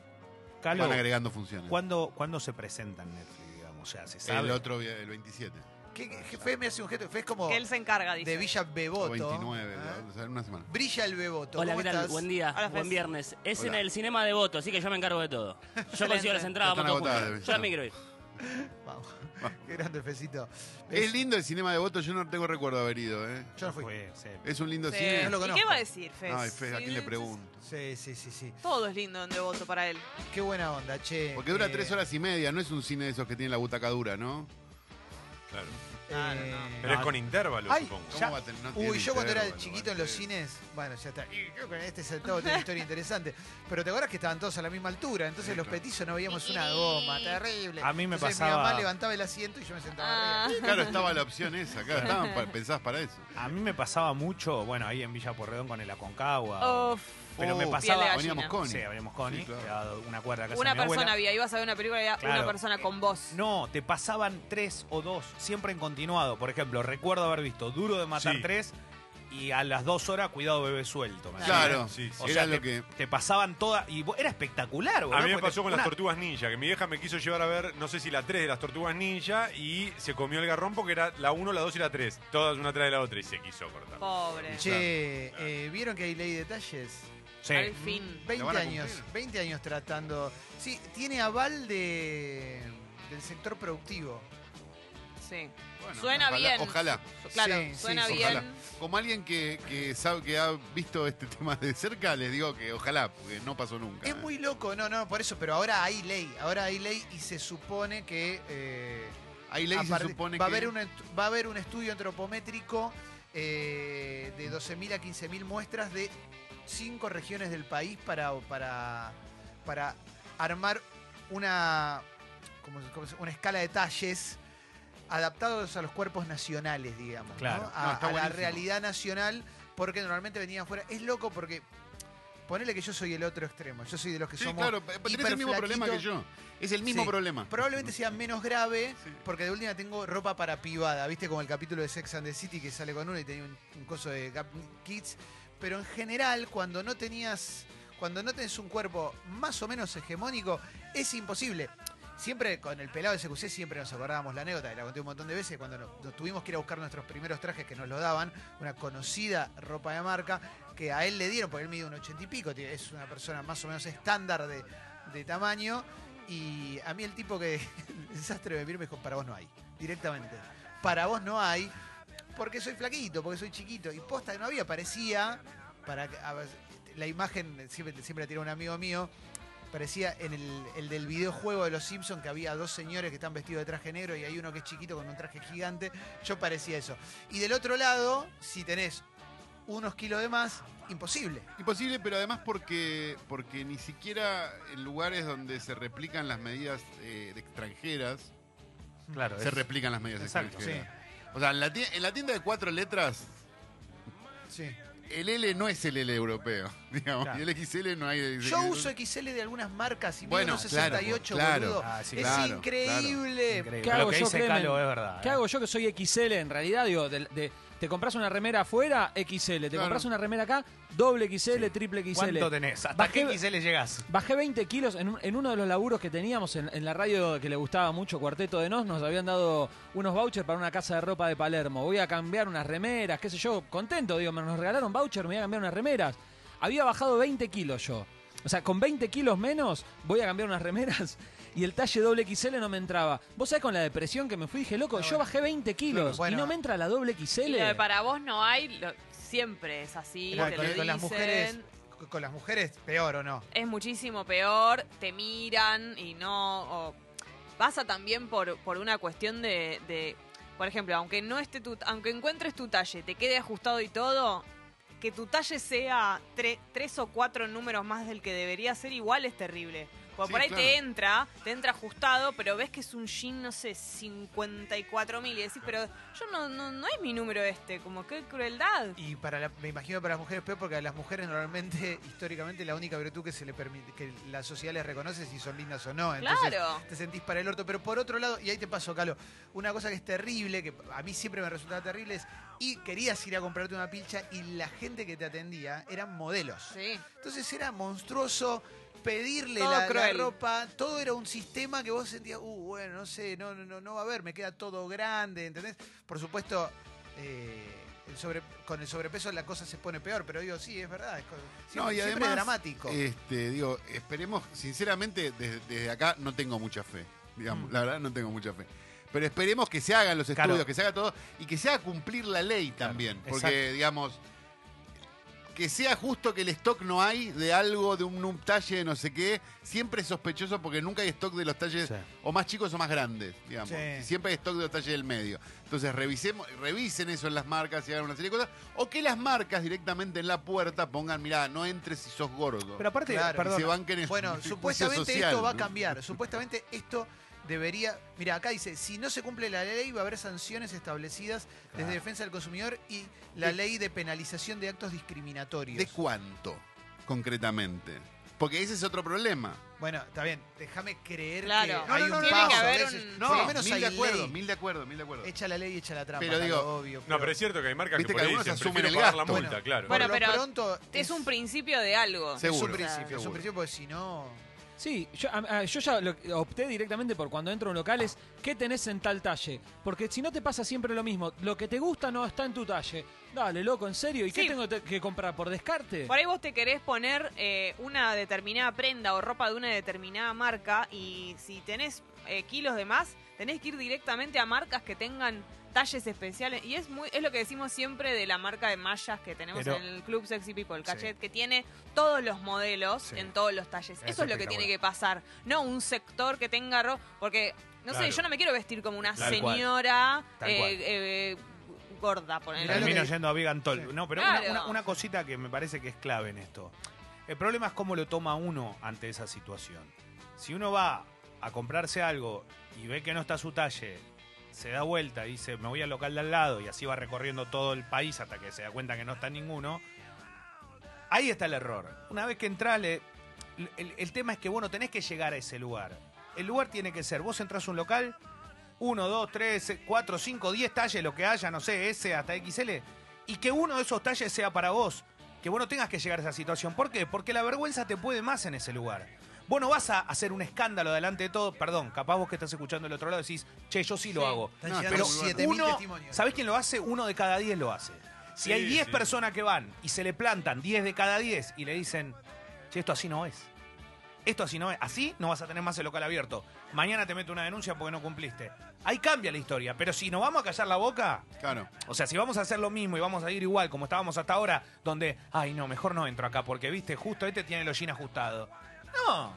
Speaker 5: Calo,
Speaker 4: van agregando funciones.
Speaker 5: ¿cuándo, ¿cuándo se presenta en Netflix, digamos? O sea, se sabe.
Speaker 4: El otro vi- el 27
Speaker 1: ¿Qué, qué- jefe me hace un gesto? Jefe es como
Speaker 2: Que él se encarga, dice.
Speaker 1: de Villa
Speaker 4: o
Speaker 1: Beboto.
Speaker 4: 29,
Speaker 1: ¿ah?
Speaker 4: o sea, en una semana.
Speaker 1: Brilla el Beboto.
Speaker 8: Hola,
Speaker 1: ¿cómo
Speaker 8: ¿qué tal?
Speaker 1: estás?
Speaker 8: Buen día,
Speaker 2: Hola,
Speaker 8: buen
Speaker 2: Fez.
Speaker 8: viernes. Es
Speaker 4: Hola.
Speaker 8: en el cinema de voto, así que yo me encargo de todo. Yo consigo las entradas,
Speaker 4: Están
Speaker 8: voto
Speaker 4: agotadas,
Speaker 8: junto.
Speaker 4: deben
Speaker 8: Yo también
Speaker 4: ser.
Speaker 8: quiero ir.
Speaker 1: Vamos. Qué grande Fecito.
Speaker 4: Es lindo el cinema de voto, yo no tengo recuerdo de haber ido, ¿eh?
Speaker 1: Yo no fui.
Speaker 5: Fue, sí.
Speaker 4: Es un lindo
Speaker 2: Sí.
Speaker 4: cine.
Speaker 1: no lo
Speaker 2: ¿Y
Speaker 1: conozco.
Speaker 2: qué va a decir, Fez?
Speaker 4: Ay, Fe, ¿a quién le
Speaker 2: Sí,
Speaker 4: pregunto?
Speaker 1: Sí, sí, sí, sí.
Speaker 2: Todo es lindo en Devoto para él.
Speaker 1: Qué buena onda, che.
Speaker 4: Porque dura
Speaker 1: Eh,
Speaker 4: tres horas y media, no es un cine de esos que tiene la butaca dura, ¿no?
Speaker 3: Claro.
Speaker 4: Ah,
Speaker 2: Claro, no.
Speaker 1: eh,
Speaker 3: Pero es con intervalos,
Speaker 1: Ay,
Speaker 3: supongo.
Speaker 1: Ya-
Speaker 4: va a tener- no tiene
Speaker 1: Uy, yo cuando era
Speaker 4: intervalo,
Speaker 1: chiquito en los
Speaker 4: sí.
Speaker 1: cines, bueno, ya está. Y creo que en este saltado tiene una historia interesante. Pero te acuerdas que estaban todos a la misma altura, entonces
Speaker 4: Sí,
Speaker 1: los
Speaker 4: claro.
Speaker 1: petizos no veíamos una goma, terrible.
Speaker 5: A mí me
Speaker 1: Entonces Mi
Speaker 5: pasaba-
Speaker 1: mamá levantaba el asiento y yo me sentaba
Speaker 2: Ah.
Speaker 1: arriba.
Speaker 4: Claro, estaba la opción esa, claro, estaban pa- pensadas para eso.
Speaker 5: A mí me pasaba mucho, bueno, ahí en Villa Porredón con el Aconcagua.
Speaker 2: Uf, uh,
Speaker 5: pero
Speaker 1: Uh,
Speaker 5: me
Speaker 4: Oh,
Speaker 5: pasaba-
Speaker 2: piel de gallina.
Speaker 4: Veníamos con.
Speaker 5: Sí, habíamos Connie,
Speaker 4: Sí, claro.
Speaker 5: quedado una cuadra de casa
Speaker 2: una
Speaker 5: de mi abuela.
Speaker 2: persona había. Ibas a ver una película y había
Speaker 5: Claro.
Speaker 2: una persona con vos.
Speaker 5: No, te pasaban tres o dos, siempre en continuado. Por ejemplo, recuerdo haber visto Duro de Matar
Speaker 3: Sí.
Speaker 5: tres y a las dos horas, cuidado bebé suelto. ¿me
Speaker 4: Claro,
Speaker 3: Sí, sí.
Speaker 5: O
Speaker 4: era
Speaker 5: sea,
Speaker 4: lo
Speaker 5: te,
Speaker 4: que.
Speaker 5: te pasaban todas. Y vos- era espectacular, boludo.
Speaker 3: A mí me
Speaker 5: porque te-
Speaker 3: pasó con las
Speaker 5: una-
Speaker 3: tortugas ninja, que mi vieja me quiso llevar a ver, no sé si la 3 de las tortugas ninja, y se comió el garrón porque era la 1, la 2 y la 3. Todas una atrás de la otra, y se quiso cortar.
Speaker 2: Pobre.
Speaker 1: Che, eh, ¿vieron que hay ley de detalles?
Speaker 5: Sí.
Speaker 2: Al fin.
Speaker 1: 20
Speaker 4: van a
Speaker 1: años,
Speaker 4: cumplir?
Speaker 1: 20 años tratando. Sí, tiene aval de, del sector productivo.
Speaker 2: Sí. Sí.
Speaker 4: Bueno,
Speaker 2: Suena
Speaker 4: ojalá-
Speaker 2: bien.
Speaker 4: Ojalá.
Speaker 2: Claro,
Speaker 1: Sí, sí,
Speaker 2: suena
Speaker 1: sí.
Speaker 2: bien.
Speaker 4: Ojalá. Como alguien que, que sabe que ha visto este tema de cerca, les digo que ojalá, porque no pasó nunca.
Speaker 1: Es
Speaker 4: ¿eh?
Speaker 1: muy loco, no, no, por eso, pero ahora hay ley, ahora hay ley y se supone que... eh,
Speaker 4: Ahí ley se
Speaker 1: aparte-
Speaker 4: supone
Speaker 1: va,
Speaker 4: que
Speaker 1: a haber un, est- va a haber un estudio antropométrico eh, de 12.000 a 15.000 muestras de cinco regiones del país para, para, para armar una, ¿cómo se- cómo se- una escala de talles adaptados a los cuerpos nacionales, digamos, ¿no?
Speaker 5: Claro.
Speaker 1: a,
Speaker 4: No, está
Speaker 1: a la
Speaker 4: buenísimo.
Speaker 1: realidad nacional, porque normalmente venían fuera. Es loco porque... Ponele que yo soy el otro extremo, yo soy de los que
Speaker 4: Sí,
Speaker 1: somos
Speaker 4: claro, pe- tenés el mismo
Speaker 1: hiperflaquitos.
Speaker 4: problema que yo. Es el mismo
Speaker 1: Sí.
Speaker 4: problema.
Speaker 1: Probablemente sea menos grave,
Speaker 4: Sí.
Speaker 1: porque de última tengo ropa para pibada, ¿viste? Como el capítulo de Sex and the City que sale con uno y tenía un, un coso de Gap Kids. Pero en general, cuando no tenías. Cuando no tenés un cuerpo más o menos hegemónico, es imposible. Siempre con el pelado de SQC siempre nos acordábamos la anécdota, que la conté un montón de veces, cuando nos, nos tuvimos que ir a buscar nuestros primeros trajes que nos los daban, una conocida ropa de marca, que a él le dieron, porque él mide un ochenta y pico, tiene- es una persona más o menos estándar de, de tamaño, y a mí el tipo que el desastre de me dijo, para vos no hay, directamente. Para vos no hay, porque soy flaquito, porque soy chiquito. Y posta que no había, parecía, para que- a ver, la imagen, siempre, siempre la tiró un amigo mío, parecía en el, el del videojuego de los Simpsons que había dos señores que están vestidos de traje negro y hay uno que es chiquito con un traje gigante. Yo parecía eso. Y del otro lado, si tenés unos kilos de más, imposible.
Speaker 4: Imposible, pero además porque, porque ni siquiera en lugares donde se replican las medidas eh, de extranjeras,
Speaker 5: Claro.
Speaker 4: se
Speaker 5: es-
Speaker 4: replican las medidas
Speaker 5: Exacto,
Speaker 4: extranjeras. O sea, en la, tie- en la tienda de cuatro letras,
Speaker 1: Sí.
Speaker 4: el L no es el L europeo, digamos,
Speaker 5: Claro.
Speaker 4: y el XL no hay...
Speaker 1: Yo uso XL de algunas marcas y
Speaker 4: Bueno,
Speaker 1: bueno, 68,
Speaker 4: claro,
Speaker 1: boludo.
Speaker 5: claro. Ah, sí,
Speaker 1: es
Speaker 4: claro,
Speaker 1: increíble.
Speaker 5: Increíble.
Speaker 9: Eh, ¿Qué hago
Speaker 5: Lo que
Speaker 9: yo,
Speaker 5: dice
Speaker 9: Clemen?
Speaker 5: Calo es verdad.
Speaker 9: ¿Qué
Speaker 5: ¿eh?
Speaker 9: hago yo que soy XL en realidad? Digo, de- de- te compras una remera afuera, XL. Te
Speaker 4: Claro.
Speaker 9: compras una remera acá, doble XL, triple XL.
Speaker 5: ¿Cuánto tenés? ¿Hasta
Speaker 9: Bajé-
Speaker 5: qué XL llegás?
Speaker 9: Bajé 20 kilos en, un- en uno de los laburos que teníamos en, en la radio que le gustaba mucho, Cuarteto de Nos. Nos habían dado unos vouchers para una casa de ropa de Palermo. Voy a cambiar unas remeras, qué sé yo. Contento, digo, me nos regalaron voucher, me voy a cambiar unas remeras. Había bajado 20 kilos yo. O sea, con 20 kilos menos voy a cambiar unas remeras y el talle doble XL no me entraba. ¿Vos sabés con la depresión que me fui? Dije, loco,
Speaker 1: Ah,
Speaker 9: yo
Speaker 1: bueno.
Speaker 9: bajé 20 kilos
Speaker 1: Bueno.
Speaker 9: y no me entra la doble
Speaker 2: Y
Speaker 9: XL.
Speaker 2: lo de para vos no hay, lo- siempre es así.
Speaker 1: Con,
Speaker 2: te
Speaker 1: con-
Speaker 2: lo
Speaker 1: con las
Speaker 2: dicen.
Speaker 1: mujeres, con- con las mujeres, peor o no.
Speaker 2: es muchísimo peor, te miran y no... o- pasa también por, por una cuestión de, de, por ejemplo, aunque no esté tu, aunque encuentres tu talle, te quede ajustado y todo, que tu talle sea tre- tres o cuatro números más del que debería ser igual es terrible. Porque
Speaker 4: Sí,
Speaker 2: por ahí
Speaker 4: claro.
Speaker 2: te entra, te entra ajustado, pero ves que es un jean, no sé, 54 mil y decís, pero yo no, no, no es mi número este, como qué crueldad.
Speaker 1: Y para la- me imagino para las mujeres peor porque a las mujeres normalmente, históricamente, la única virtud que se le permite, que la sociedad les reconoce es si son lindas o no. Entonces,
Speaker 2: Claro.
Speaker 1: te sentís para el orto. Pero por otro lado, y ahí te paso, Calo, una cosa que es terrible, que a mí siempre me resultaba terrible, es y querías ir a comprarte una pilcha y la gente que te atendía eran modelos.
Speaker 2: Sí.
Speaker 1: Entonces era monstruoso pedirle
Speaker 2: Todo
Speaker 1: la, la
Speaker 2: cruel.
Speaker 1: ropa, todo era un sistema que vos sentías, uh, bueno, no sé, no, no, no, no va a haber, me queda todo grande, ¿entendés? Por supuesto, eh, el sobre- con el sobrepeso la cosa se pone peor, pero digo, sí, es verdad, es, co- siempre,
Speaker 4: No, y
Speaker 1: siempre
Speaker 4: además,
Speaker 1: es dramático.
Speaker 4: Este, digo, esperemos, sinceramente, desde, desde acá no tengo mucha fe. Digamos,
Speaker 1: Mm.
Speaker 4: la verdad no tengo mucha fe. Pero esperemos que se hagan los
Speaker 5: Claro.
Speaker 4: estudios, que se haga todo y que se haga cumplir la ley también. porque,
Speaker 5: exacto.
Speaker 4: digamos, que sea justo que el stock no hay de algo, de un, un talle de no sé qué, siempre es sospechoso porque nunca hay stock de los talles
Speaker 5: Sí.
Speaker 4: o más chicos o más grandes, digamos.
Speaker 1: Sí.
Speaker 4: Y Siempre hay stock de los talles del medio. Entonces revisemos, revisen eso en las marcas y hagan una serie de cosas. O que las marcas directamente en la puerta pongan, mirá, no entres si sos gordo.
Speaker 5: Pero aparte,
Speaker 1: Claro.
Speaker 4: Y
Speaker 5: perdón,
Speaker 4: se banquen en
Speaker 1: Bueno,
Speaker 4: justicia
Speaker 1: supuestamente
Speaker 4: social,
Speaker 1: esto va a
Speaker 4: ¿no?
Speaker 1: cambiar. Supuestamente esto debería. Mira, acá dice: si no se cumple la ley, va a haber sanciones establecidas
Speaker 5: Claro.
Speaker 1: desde Defensa del Consumidor y la ley de penalización de actos discriminatorios.
Speaker 4: Eh, ¿De cuánto, concretamente? Porque ese es otro problema.
Speaker 1: Bueno, está bien, déjame creer
Speaker 2: Claro.
Speaker 1: que
Speaker 2: No,
Speaker 1: hay
Speaker 2: no, no,
Speaker 1: un
Speaker 2: tiene
Speaker 1: paso.
Speaker 2: que haber
Speaker 1: a veces.
Speaker 2: un-
Speaker 1: Por
Speaker 2: Sí.
Speaker 1: lo menos
Speaker 4: mil
Speaker 1: hay
Speaker 4: de acuerdo,
Speaker 1: ley.
Speaker 4: mil de acuerdo, mil de acuerdo.
Speaker 1: Echa la ley y echa la trampa.
Speaker 4: Pero
Speaker 1: Pero
Speaker 4: digo,
Speaker 1: obvio.
Speaker 3: No, pero es cierto que hay marcas que
Speaker 4: Viste
Speaker 3: por
Speaker 4: que
Speaker 3: ahí
Speaker 4: algunos
Speaker 3: dicen,
Speaker 4: asumen
Speaker 3: prefiero
Speaker 4: el
Speaker 3: pagar la
Speaker 4: gasto".
Speaker 3: multa,
Speaker 1: Bueno,
Speaker 3: claro.
Speaker 2: Bueno,
Speaker 1: por lo
Speaker 2: pero
Speaker 1: pronto
Speaker 2: Es un principio de algo.
Speaker 4: Seguro.
Speaker 1: Es un principio,
Speaker 4: Seguro.
Speaker 1: seguro porque si no.
Speaker 9: Sí, yo, a- a- yo ya lo- opté directamente por cuando entro a un local es qué tenés en tal talle. Porque si no te pasa siempre lo mismo, lo que te gusta no está en tu talle. Dale, loco, en serio, ¿y
Speaker 2: Sí.
Speaker 9: qué tengo te- que comprar? ¿Por descarte?
Speaker 2: Por ahí vos te querés poner eh, una determinada prenda o ropa de una determinada marca y si tenés eh, kilos de más, tenés que ir directamente a marcas que tengan talles especiales. Y es muy es lo que decimos siempre de la marca de mallas que tenemos
Speaker 5: Pero-
Speaker 2: en el Club Sexy People, Cachet, que tiene todos los modelos
Speaker 5: Sí.
Speaker 2: en todos los talles.
Speaker 5: Es
Speaker 2: Eso es lo que tiene que pasar,
Speaker 5: espectacular.
Speaker 2: no un sector que tenga ro- porque no sé,
Speaker 3: Claro.
Speaker 2: yo no me quiero vestir como una
Speaker 5: Tal cual.
Speaker 2: señora
Speaker 5: Tal
Speaker 2: eh,
Speaker 5: cual.
Speaker 2: eh, gorda, por
Speaker 1: Mirá lo
Speaker 5: Termino
Speaker 1: que-
Speaker 5: yendo a Big and Tall. No, pero
Speaker 2: Claro.
Speaker 5: una, una- una cosita que me parece que es clave en esto. El problema es cómo lo toma uno ante esa situación. Si uno va a comprarse algo y ve que no está a su talle, se da vuelta y dice, me voy al local de al lado y así va recorriendo todo el país hasta que se da cuenta que no está ninguno. Ahí está el error. Una vez que entras, le- el, el- el tema es que vos no tenés que llegar a ese lugar. El lugar tiene que ser, vos entras a un local, 1, 2, 3, 4, 5, 10 talles, lo que haya, no sé, S hasta XL, y que uno de esos talles sea para vos. Que vos no tengas que llegar a esa situación. ¿Por qué? Porque la vergüenza te puede más en ese lugar. Vos no vas a hacer un escándalo delante de todo. Perdón, capaz vos que estás escuchando del otro lado decís, che, yo sí lo hago.
Speaker 1: Están
Speaker 4: No,
Speaker 1: llegando
Speaker 5: Pero
Speaker 4: muy bueno.
Speaker 1: 7.000
Speaker 5: uno,
Speaker 1: testimonios.
Speaker 5: ¿sabés quién lo hace? Uno de cada 10 lo hace. Si
Speaker 3: Sí,
Speaker 5: hay 10
Speaker 3: sí.
Speaker 5: personas que van y se le plantan 10 de cada 10 y le dicen, che, esto así no es. Esto así no es. Así no vas a tener más el local abierto. Mañana te meto una denuncia porque no cumpliste. Ahí cambia la historia. Pero si nos vamos a callar la boca,
Speaker 4: Claro.
Speaker 5: o sea, si vamos a hacer lo mismo y vamos a ir igual como estábamos hasta ahora, donde, ay, no, mejor no entro acá porque, viste, justo este tiene el hollín ajustado. No.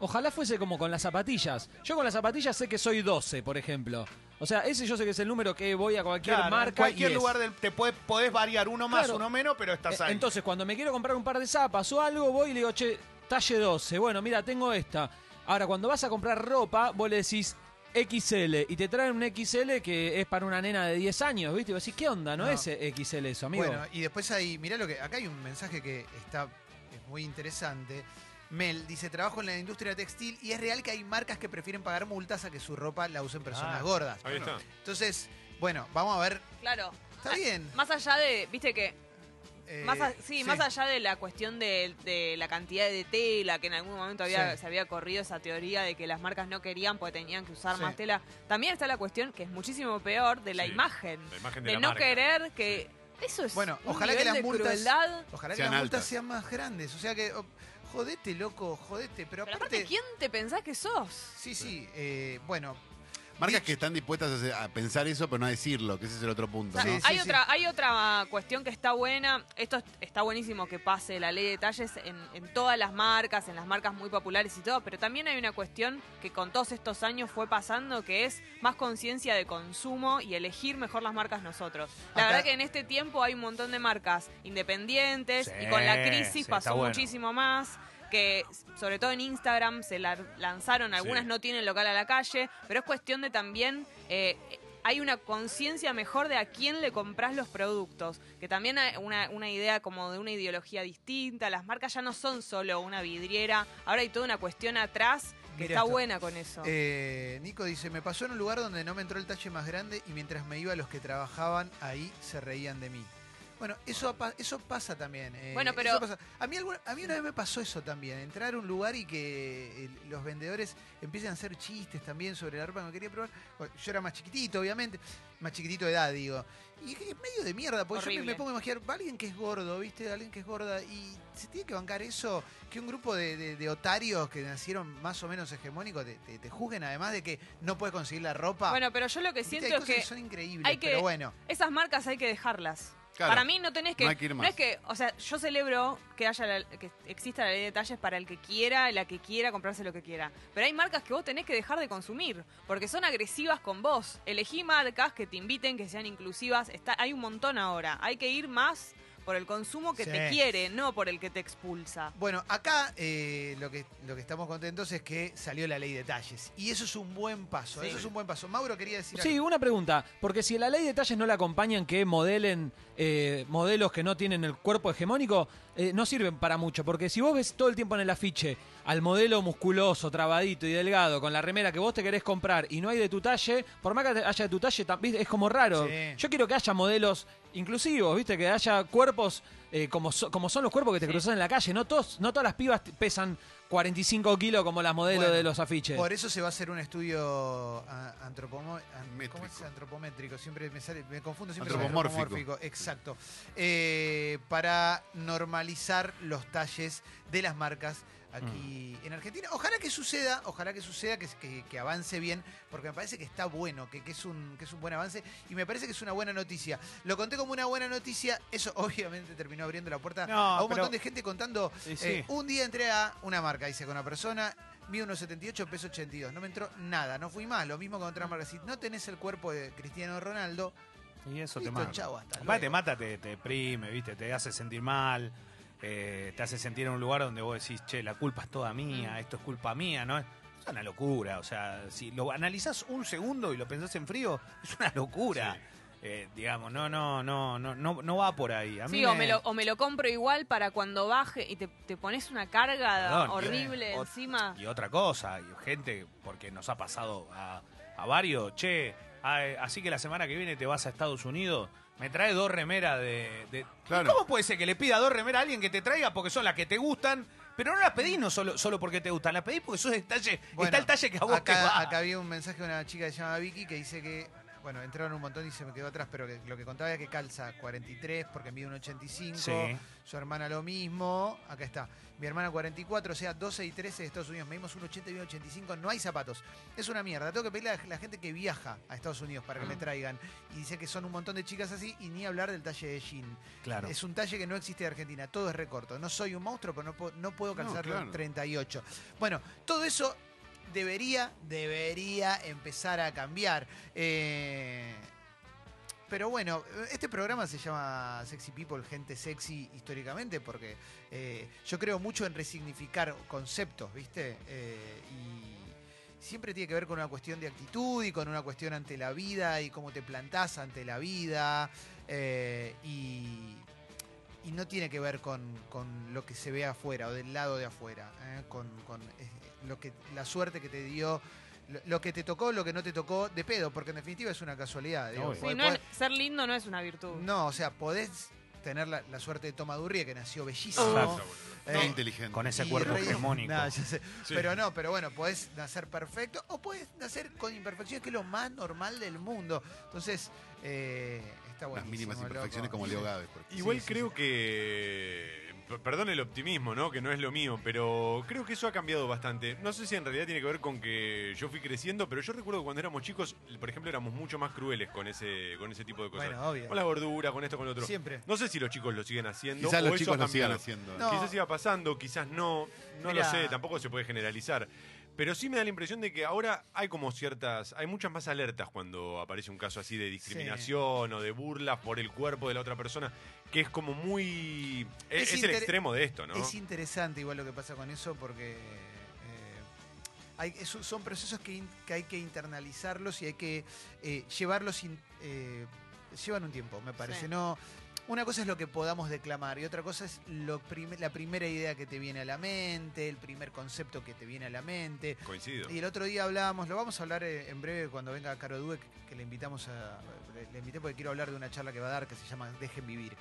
Speaker 9: Ojalá fuese como con las zapatillas. Yo con las zapatillas sé que soy 12, por ejemplo. O sea, ese yo sé que es el número que voy a cualquier
Speaker 5: Claro, en
Speaker 9: marca.
Speaker 5: cualquier
Speaker 9: y es.
Speaker 5: lugar del- te puede- podés variar uno más,
Speaker 9: Claro.
Speaker 5: uno menos, pero
Speaker 9: Eh,
Speaker 5: estás ahí.
Speaker 9: Entonces, cuando me quiero comprar un par de zapas o algo, voy y le digo, che, talle 12. Bueno, mira, tengo esta. Ahora, cuando vas a comprar ropa, vos le decís XL y te traen un XL que es para una nena de 10 años, ¿viste? Y vos decís, ¿qué onda? No,
Speaker 1: No.
Speaker 9: es XL eso, amigo.
Speaker 1: Bueno, y después ahí, mirá lo que. Acá hay un mensaje que está es muy interesante. Mel dice: Trabajo en la industria textil y es real que hay marcas que prefieren pagar multas a que su ropa la usen personas
Speaker 5: Ah.
Speaker 1: gordas.
Speaker 3: Ahí está.
Speaker 1: Entonces, bueno, vamos a ver.
Speaker 2: Claro.
Speaker 1: Está bien.
Speaker 2: Más allá de, viste que
Speaker 1: eh,
Speaker 2: Ah, Más a- sí, más allá de la cuestión de, de la cantidad de tela, que en algún momento había,
Speaker 1: Sí.
Speaker 2: se había corrido esa teoría de que las marcas no querían porque tenían que usar
Speaker 1: Sí.
Speaker 2: más tela, también está la cuestión, que es muchísimo peor, de la
Speaker 3: Sí.
Speaker 2: imagen.
Speaker 3: La imagen
Speaker 2: De,
Speaker 3: de, la
Speaker 2: no
Speaker 3: marca.
Speaker 2: querer que... Eso es
Speaker 1: Bueno,
Speaker 2: un
Speaker 1: ojalá que
Speaker 2: nivel
Speaker 1: las
Speaker 2: de
Speaker 1: multas-
Speaker 2: crueldad.
Speaker 1: Ojalá que
Speaker 4: Sean
Speaker 1: las multas
Speaker 4: altas.
Speaker 1: sean más grandes. O sea que. oh, jodete, loco, jodete. Pero
Speaker 2: Pero
Speaker 1: aparte.
Speaker 2: aparte, ¿quién te pensás que sos?
Speaker 1: Sí, sí. eh, bueno,
Speaker 4: Marcas que están dispuestas a hacer- a pensar eso, pero no a decirlo, que ese es el otro punto,
Speaker 2: O sea,
Speaker 4: ¿no?
Speaker 1: Sí, sí,
Speaker 2: hay,
Speaker 1: sí.
Speaker 2: otra, hay otra cuestión que está buena. Esto es- está buenísimo que pase la ley de talles en, en todas las marcas, en las marcas muy populares y todo, pero también hay una cuestión que con todos estos años fue pasando, que es más conciencia de consumo y elegir mejor las marcas nosotros. La
Speaker 1: Acá-
Speaker 2: verdad que en este tiempo hay un montón de marcas independientes
Speaker 5: Sí,
Speaker 2: y con la crisis
Speaker 5: sí,
Speaker 2: pasó
Speaker 5: está bueno.
Speaker 2: muchísimo más que sobre todo en Instagram se la lanzaron, algunas
Speaker 3: Sí.
Speaker 2: no tienen local a la calle, pero es cuestión de también, eh, hay una conciencia mejor de a quién le compras los productos, que también hay una, una idea como de una ideología distinta, las marcas ya no son solo una vidriera, ahora hay toda una cuestión atrás que
Speaker 1: Mira
Speaker 2: está
Speaker 1: esto.
Speaker 2: buena con eso.
Speaker 1: Eh, Nico dice, me pasó en un lugar donde no me entró el talle más grande y mientras me iba los que trabajaban ahí se reían de mí. Bueno, eso, apa- eso pasa también. eh,
Speaker 2: Bueno, pero-
Speaker 1: eso pasa. A, mí alguna- a mí una vez me pasó eso también, entrar a un lugar y que eh, los vendedores empiecen a hacer chistes también sobre la ropa que me quería probar. Bueno, Yo era más chiquitito, obviamente, más chiquitito de edad, digo. Y es que es medio de mierda, porque yo me-
Speaker 2: Horrible.
Speaker 1: me, pongo a imaginar, va alguien que es gordo, ¿viste? Alguien que es gorda y se tiene que bancar eso que un grupo de, de- de otarios que nacieron más o menos hegemónicos te, te- te juzguen, además de que no puedes conseguir la ropa.
Speaker 2: Bueno, pero yo lo que
Speaker 1: Viste, hay
Speaker 2: siento es
Speaker 1: cosas
Speaker 2: que
Speaker 1: son increíbles,
Speaker 2: hay que-
Speaker 1: pero bueno.
Speaker 2: esas marcas hay que dejarlas.
Speaker 4: Claro.
Speaker 2: Para mí no tenés que,
Speaker 4: No hay que ir más.
Speaker 2: es que, o sea, yo celebro que haya la- que exista la ley de talles para el que quiera, la que quiera comprarse lo que quiera. Pero hay marcas que vos tenés que dejar de consumir porque son agresivas con vos. Elegí marcas que te inviten, que sean inclusivas. Está, hay un montón ahora. Hay que ir más por el consumo que
Speaker 1: Sí.
Speaker 2: te quiere, no por el que te expulsa.
Speaker 1: Bueno, acá eh, lo, que, lo que estamos contentos es que salió la ley de talles. Y eso es un buen paso,
Speaker 2: Sí.
Speaker 1: eso es un buen paso. Mauro quería decir
Speaker 9: Sí,
Speaker 1: algo.
Speaker 9: una pregunta, porque si la ley de talles no la acompañan que modelen eh, modelos que no tienen el cuerpo hegemónico, eh, no sirven para mucho, porque si vos ves todo el tiempo en el afiche al modelo musculoso, trabadito y delgado, con la remera que vos te querés comprar y no hay de tu talle, por más que haya de tu talle, tam- ¿viste? es como raro.
Speaker 1: Sí.
Speaker 9: Yo quiero que haya modelos inclusivos, ¿viste? Que haya cuerpos eh, como, so- como son los cuerpos que te
Speaker 2: Sí.
Speaker 9: cruzan en la calle. No, todos, no todas las pibas t- pesan 45 kilos como las modelos
Speaker 1: Bueno,
Speaker 9: de los afiches.
Speaker 1: Por eso se va a hacer un estudio a- antropomo- an- ¿cómo es?
Speaker 4: Métrico.
Speaker 1: antropométrico. Siempre me, sale, me confundo siempre con
Speaker 4: Antropomórfico.
Speaker 1: antropomórfico. Exacto. Eh, para normalizar los talles de las marcas aquí en Argentina. Ojalá que suceda, ojalá que suceda, que, que- que avance bien, porque me parece que está bueno, que, que es un, que es un buen avance y me parece que es una buena noticia. Lo conté como una buena noticia, eso obviamente terminó abriendo la puerta
Speaker 5: No,
Speaker 1: a un
Speaker 5: pero-
Speaker 1: montón de gente contando
Speaker 5: Sí, sí.
Speaker 1: eh, un día entré a una marca, hice con una persona, vi 1,78, peso 82. No me entró nada, no fui más. Lo mismo con otra marca. Si no tenés el cuerpo de Cristiano Ronaldo,
Speaker 5: Y eso te
Speaker 1: listo,
Speaker 5: mata.
Speaker 1: chau, hasta
Speaker 5: Aparte te
Speaker 1: luego.
Speaker 5: mata, te, te deprime, ¿viste? Te hace sentir mal, eh, te hace sentir en un lugar donde vos decís, che, la culpa es toda
Speaker 2: Mm.
Speaker 5: mía, esto es culpa mía, ¿no? Es una locura, o sea, si lo analizás un segundo y lo pensás en frío, es una locura. Eh, digamos, no, no, no, no, no, no va por ahí. A mí
Speaker 2: Sí, o me, lo, o me lo compro igual para cuando baje y te, te pones una carga
Speaker 5: Perdón,
Speaker 2: horrible
Speaker 5: y- o-
Speaker 2: encima.
Speaker 5: Y otra cosa, y gente, porque nos ha pasado a, a varios, che, ay, así que la semana que viene te vas a Estados Unidos, me trae dos remeras de... de-".
Speaker 4: Claro.
Speaker 5: ¿Cómo puede ser que le pida dos remeras a alguien que te traiga porque son las que te gustan? Pero no las pedís no solo, solo porque te gustan, las pedís porque sos el talle,
Speaker 1: Bueno,
Speaker 5: está el talle que a vos
Speaker 1: acá,
Speaker 5: te va.
Speaker 1: acá había un mensaje de una chica que se llama Vicky que dice que, bueno, entraron un montón y se me quedó atrás, pero que- lo que contaba era que calza 43 porque mide un 85.
Speaker 5: Sí.
Speaker 1: Su hermana lo mismo. Acá está. Mi hermana 44, o sea, 12 y 13 de Estados Unidos. Medimos un 80 y un 85. No hay zapatos. Es una mierda. Tengo que pedirle a la gente que viaja a Estados Unidos para que
Speaker 5: Mm.
Speaker 1: me traigan. Y dice que son un montón de chicas así y ni hablar del talle de jean.
Speaker 5: Claro.
Speaker 1: Es un talle que no existe de Argentina. Todo es recorto. No soy un monstruo, pero no puedo, no puedo calzar
Speaker 4: claro.
Speaker 1: los 38. Bueno, todo eso debería, debería empezar a cambiar. Eh, pero bueno, este programa se llama Sexy People, gente sexy históricamente, porque eh, yo creo mucho en resignificar conceptos, ¿viste? Eh, y siempre tiene que ver con una cuestión de actitud y con una cuestión ante la vida y cómo te plantás ante la vida. eh, y, y no tiene que ver con, con lo que se ve afuera o del lado de afuera, ¿eh? con, con, eh, lo que, la suerte que te dio. lo- Lo que te tocó, lo que no te tocó, de pedo, porque en definitiva es una casualidad. digo,
Speaker 5: Obvio.
Speaker 2: Sí,
Speaker 1: podés-
Speaker 2: no es- ser lindo no es una virtud.
Speaker 1: no, o sea, podés tener la, la suerte de Tomadurría, que nació bellísimo.
Speaker 5: Exacto.
Speaker 1: Eh,
Speaker 4: Qué inteligente.
Speaker 5: Con ese
Speaker 1: y
Speaker 5: cuerpo
Speaker 1: rey-
Speaker 5: hegemónico.
Speaker 1: Nah, ya sé. Pero no, pero bueno, podés nacer perfecto o podés nacer con imperfecciones, que es lo más normal del mundo. Entonces, eh, está bueno.
Speaker 4: Las mínimas imperfecciones como Leo Gávez. por ejemplo.
Speaker 3: Igual
Speaker 1: Sí, sí,
Speaker 3: creo que. p- Perdón el optimismo, ¿no? Que no es lo mío, pero creo que eso ha cambiado bastante. No sé si en realidad tiene que ver con que yo fui creciendo, pero yo recuerdo que cuando éramos chicos, por ejemplo, éramos mucho más crueles con ese, con ese tipo de cosas.
Speaker 1: Bueno, obvio.
Speaker 3: Con la gordura, con esto, con lo otro.
Speaker 1: Siempre.
Speaker 3: No sé si los chicos lo siguen haciendo.
Speaker 4: Quizás
Speaker 3: o
Speaker 4: los
Speaker 3: eso
Speaker 4: chicos
Speaker 3: ha
Speaker 4: lo sigan
Speaker 3: cambiado.
Speaker 4: haciendo.
Speaker 1: No.
Speaker 3: Quizás iba pasando, quizás no, no
Speaker 1: Mirá.
Speaker 3: lo sé, tampoco se puede generalizar. Pero sí me da la impresión de que ahora hay como ciertas, hay muchas más alertas cuando aparece un caso así de discriminación o de burla por el cuerpo de la otra persona, que es como muy... Es,
Speaker 1: Es
Speaker 3: es el
Speaker 1: inter-
Speaker 3: extremo de esto, ¿no?
Speaker 1: Es interesante igual lo que pasa con eso porque eh, hay- es un- son procesos que, in- que hay que internalizarlos y hay que eh, llevarlos... in- eh, llevan un tiempo, me parece.
Speaker 2: Sí.
Speaker 1: No, una cosa es lo que podamos declamar y otra cosa es lo prim- la primera idea que te viene a la mente, el primer concepto que te viene a la mente.
Speaker 3: Coincido.
Speaker 1: Y el otro día hablábamos, lo vamos a hablar eh, en breve cuando venga Caro Dueck, que le invitamos a. Le, le invité porque quiero hablar de una charla que va a dar que se llama Dejen Vivir.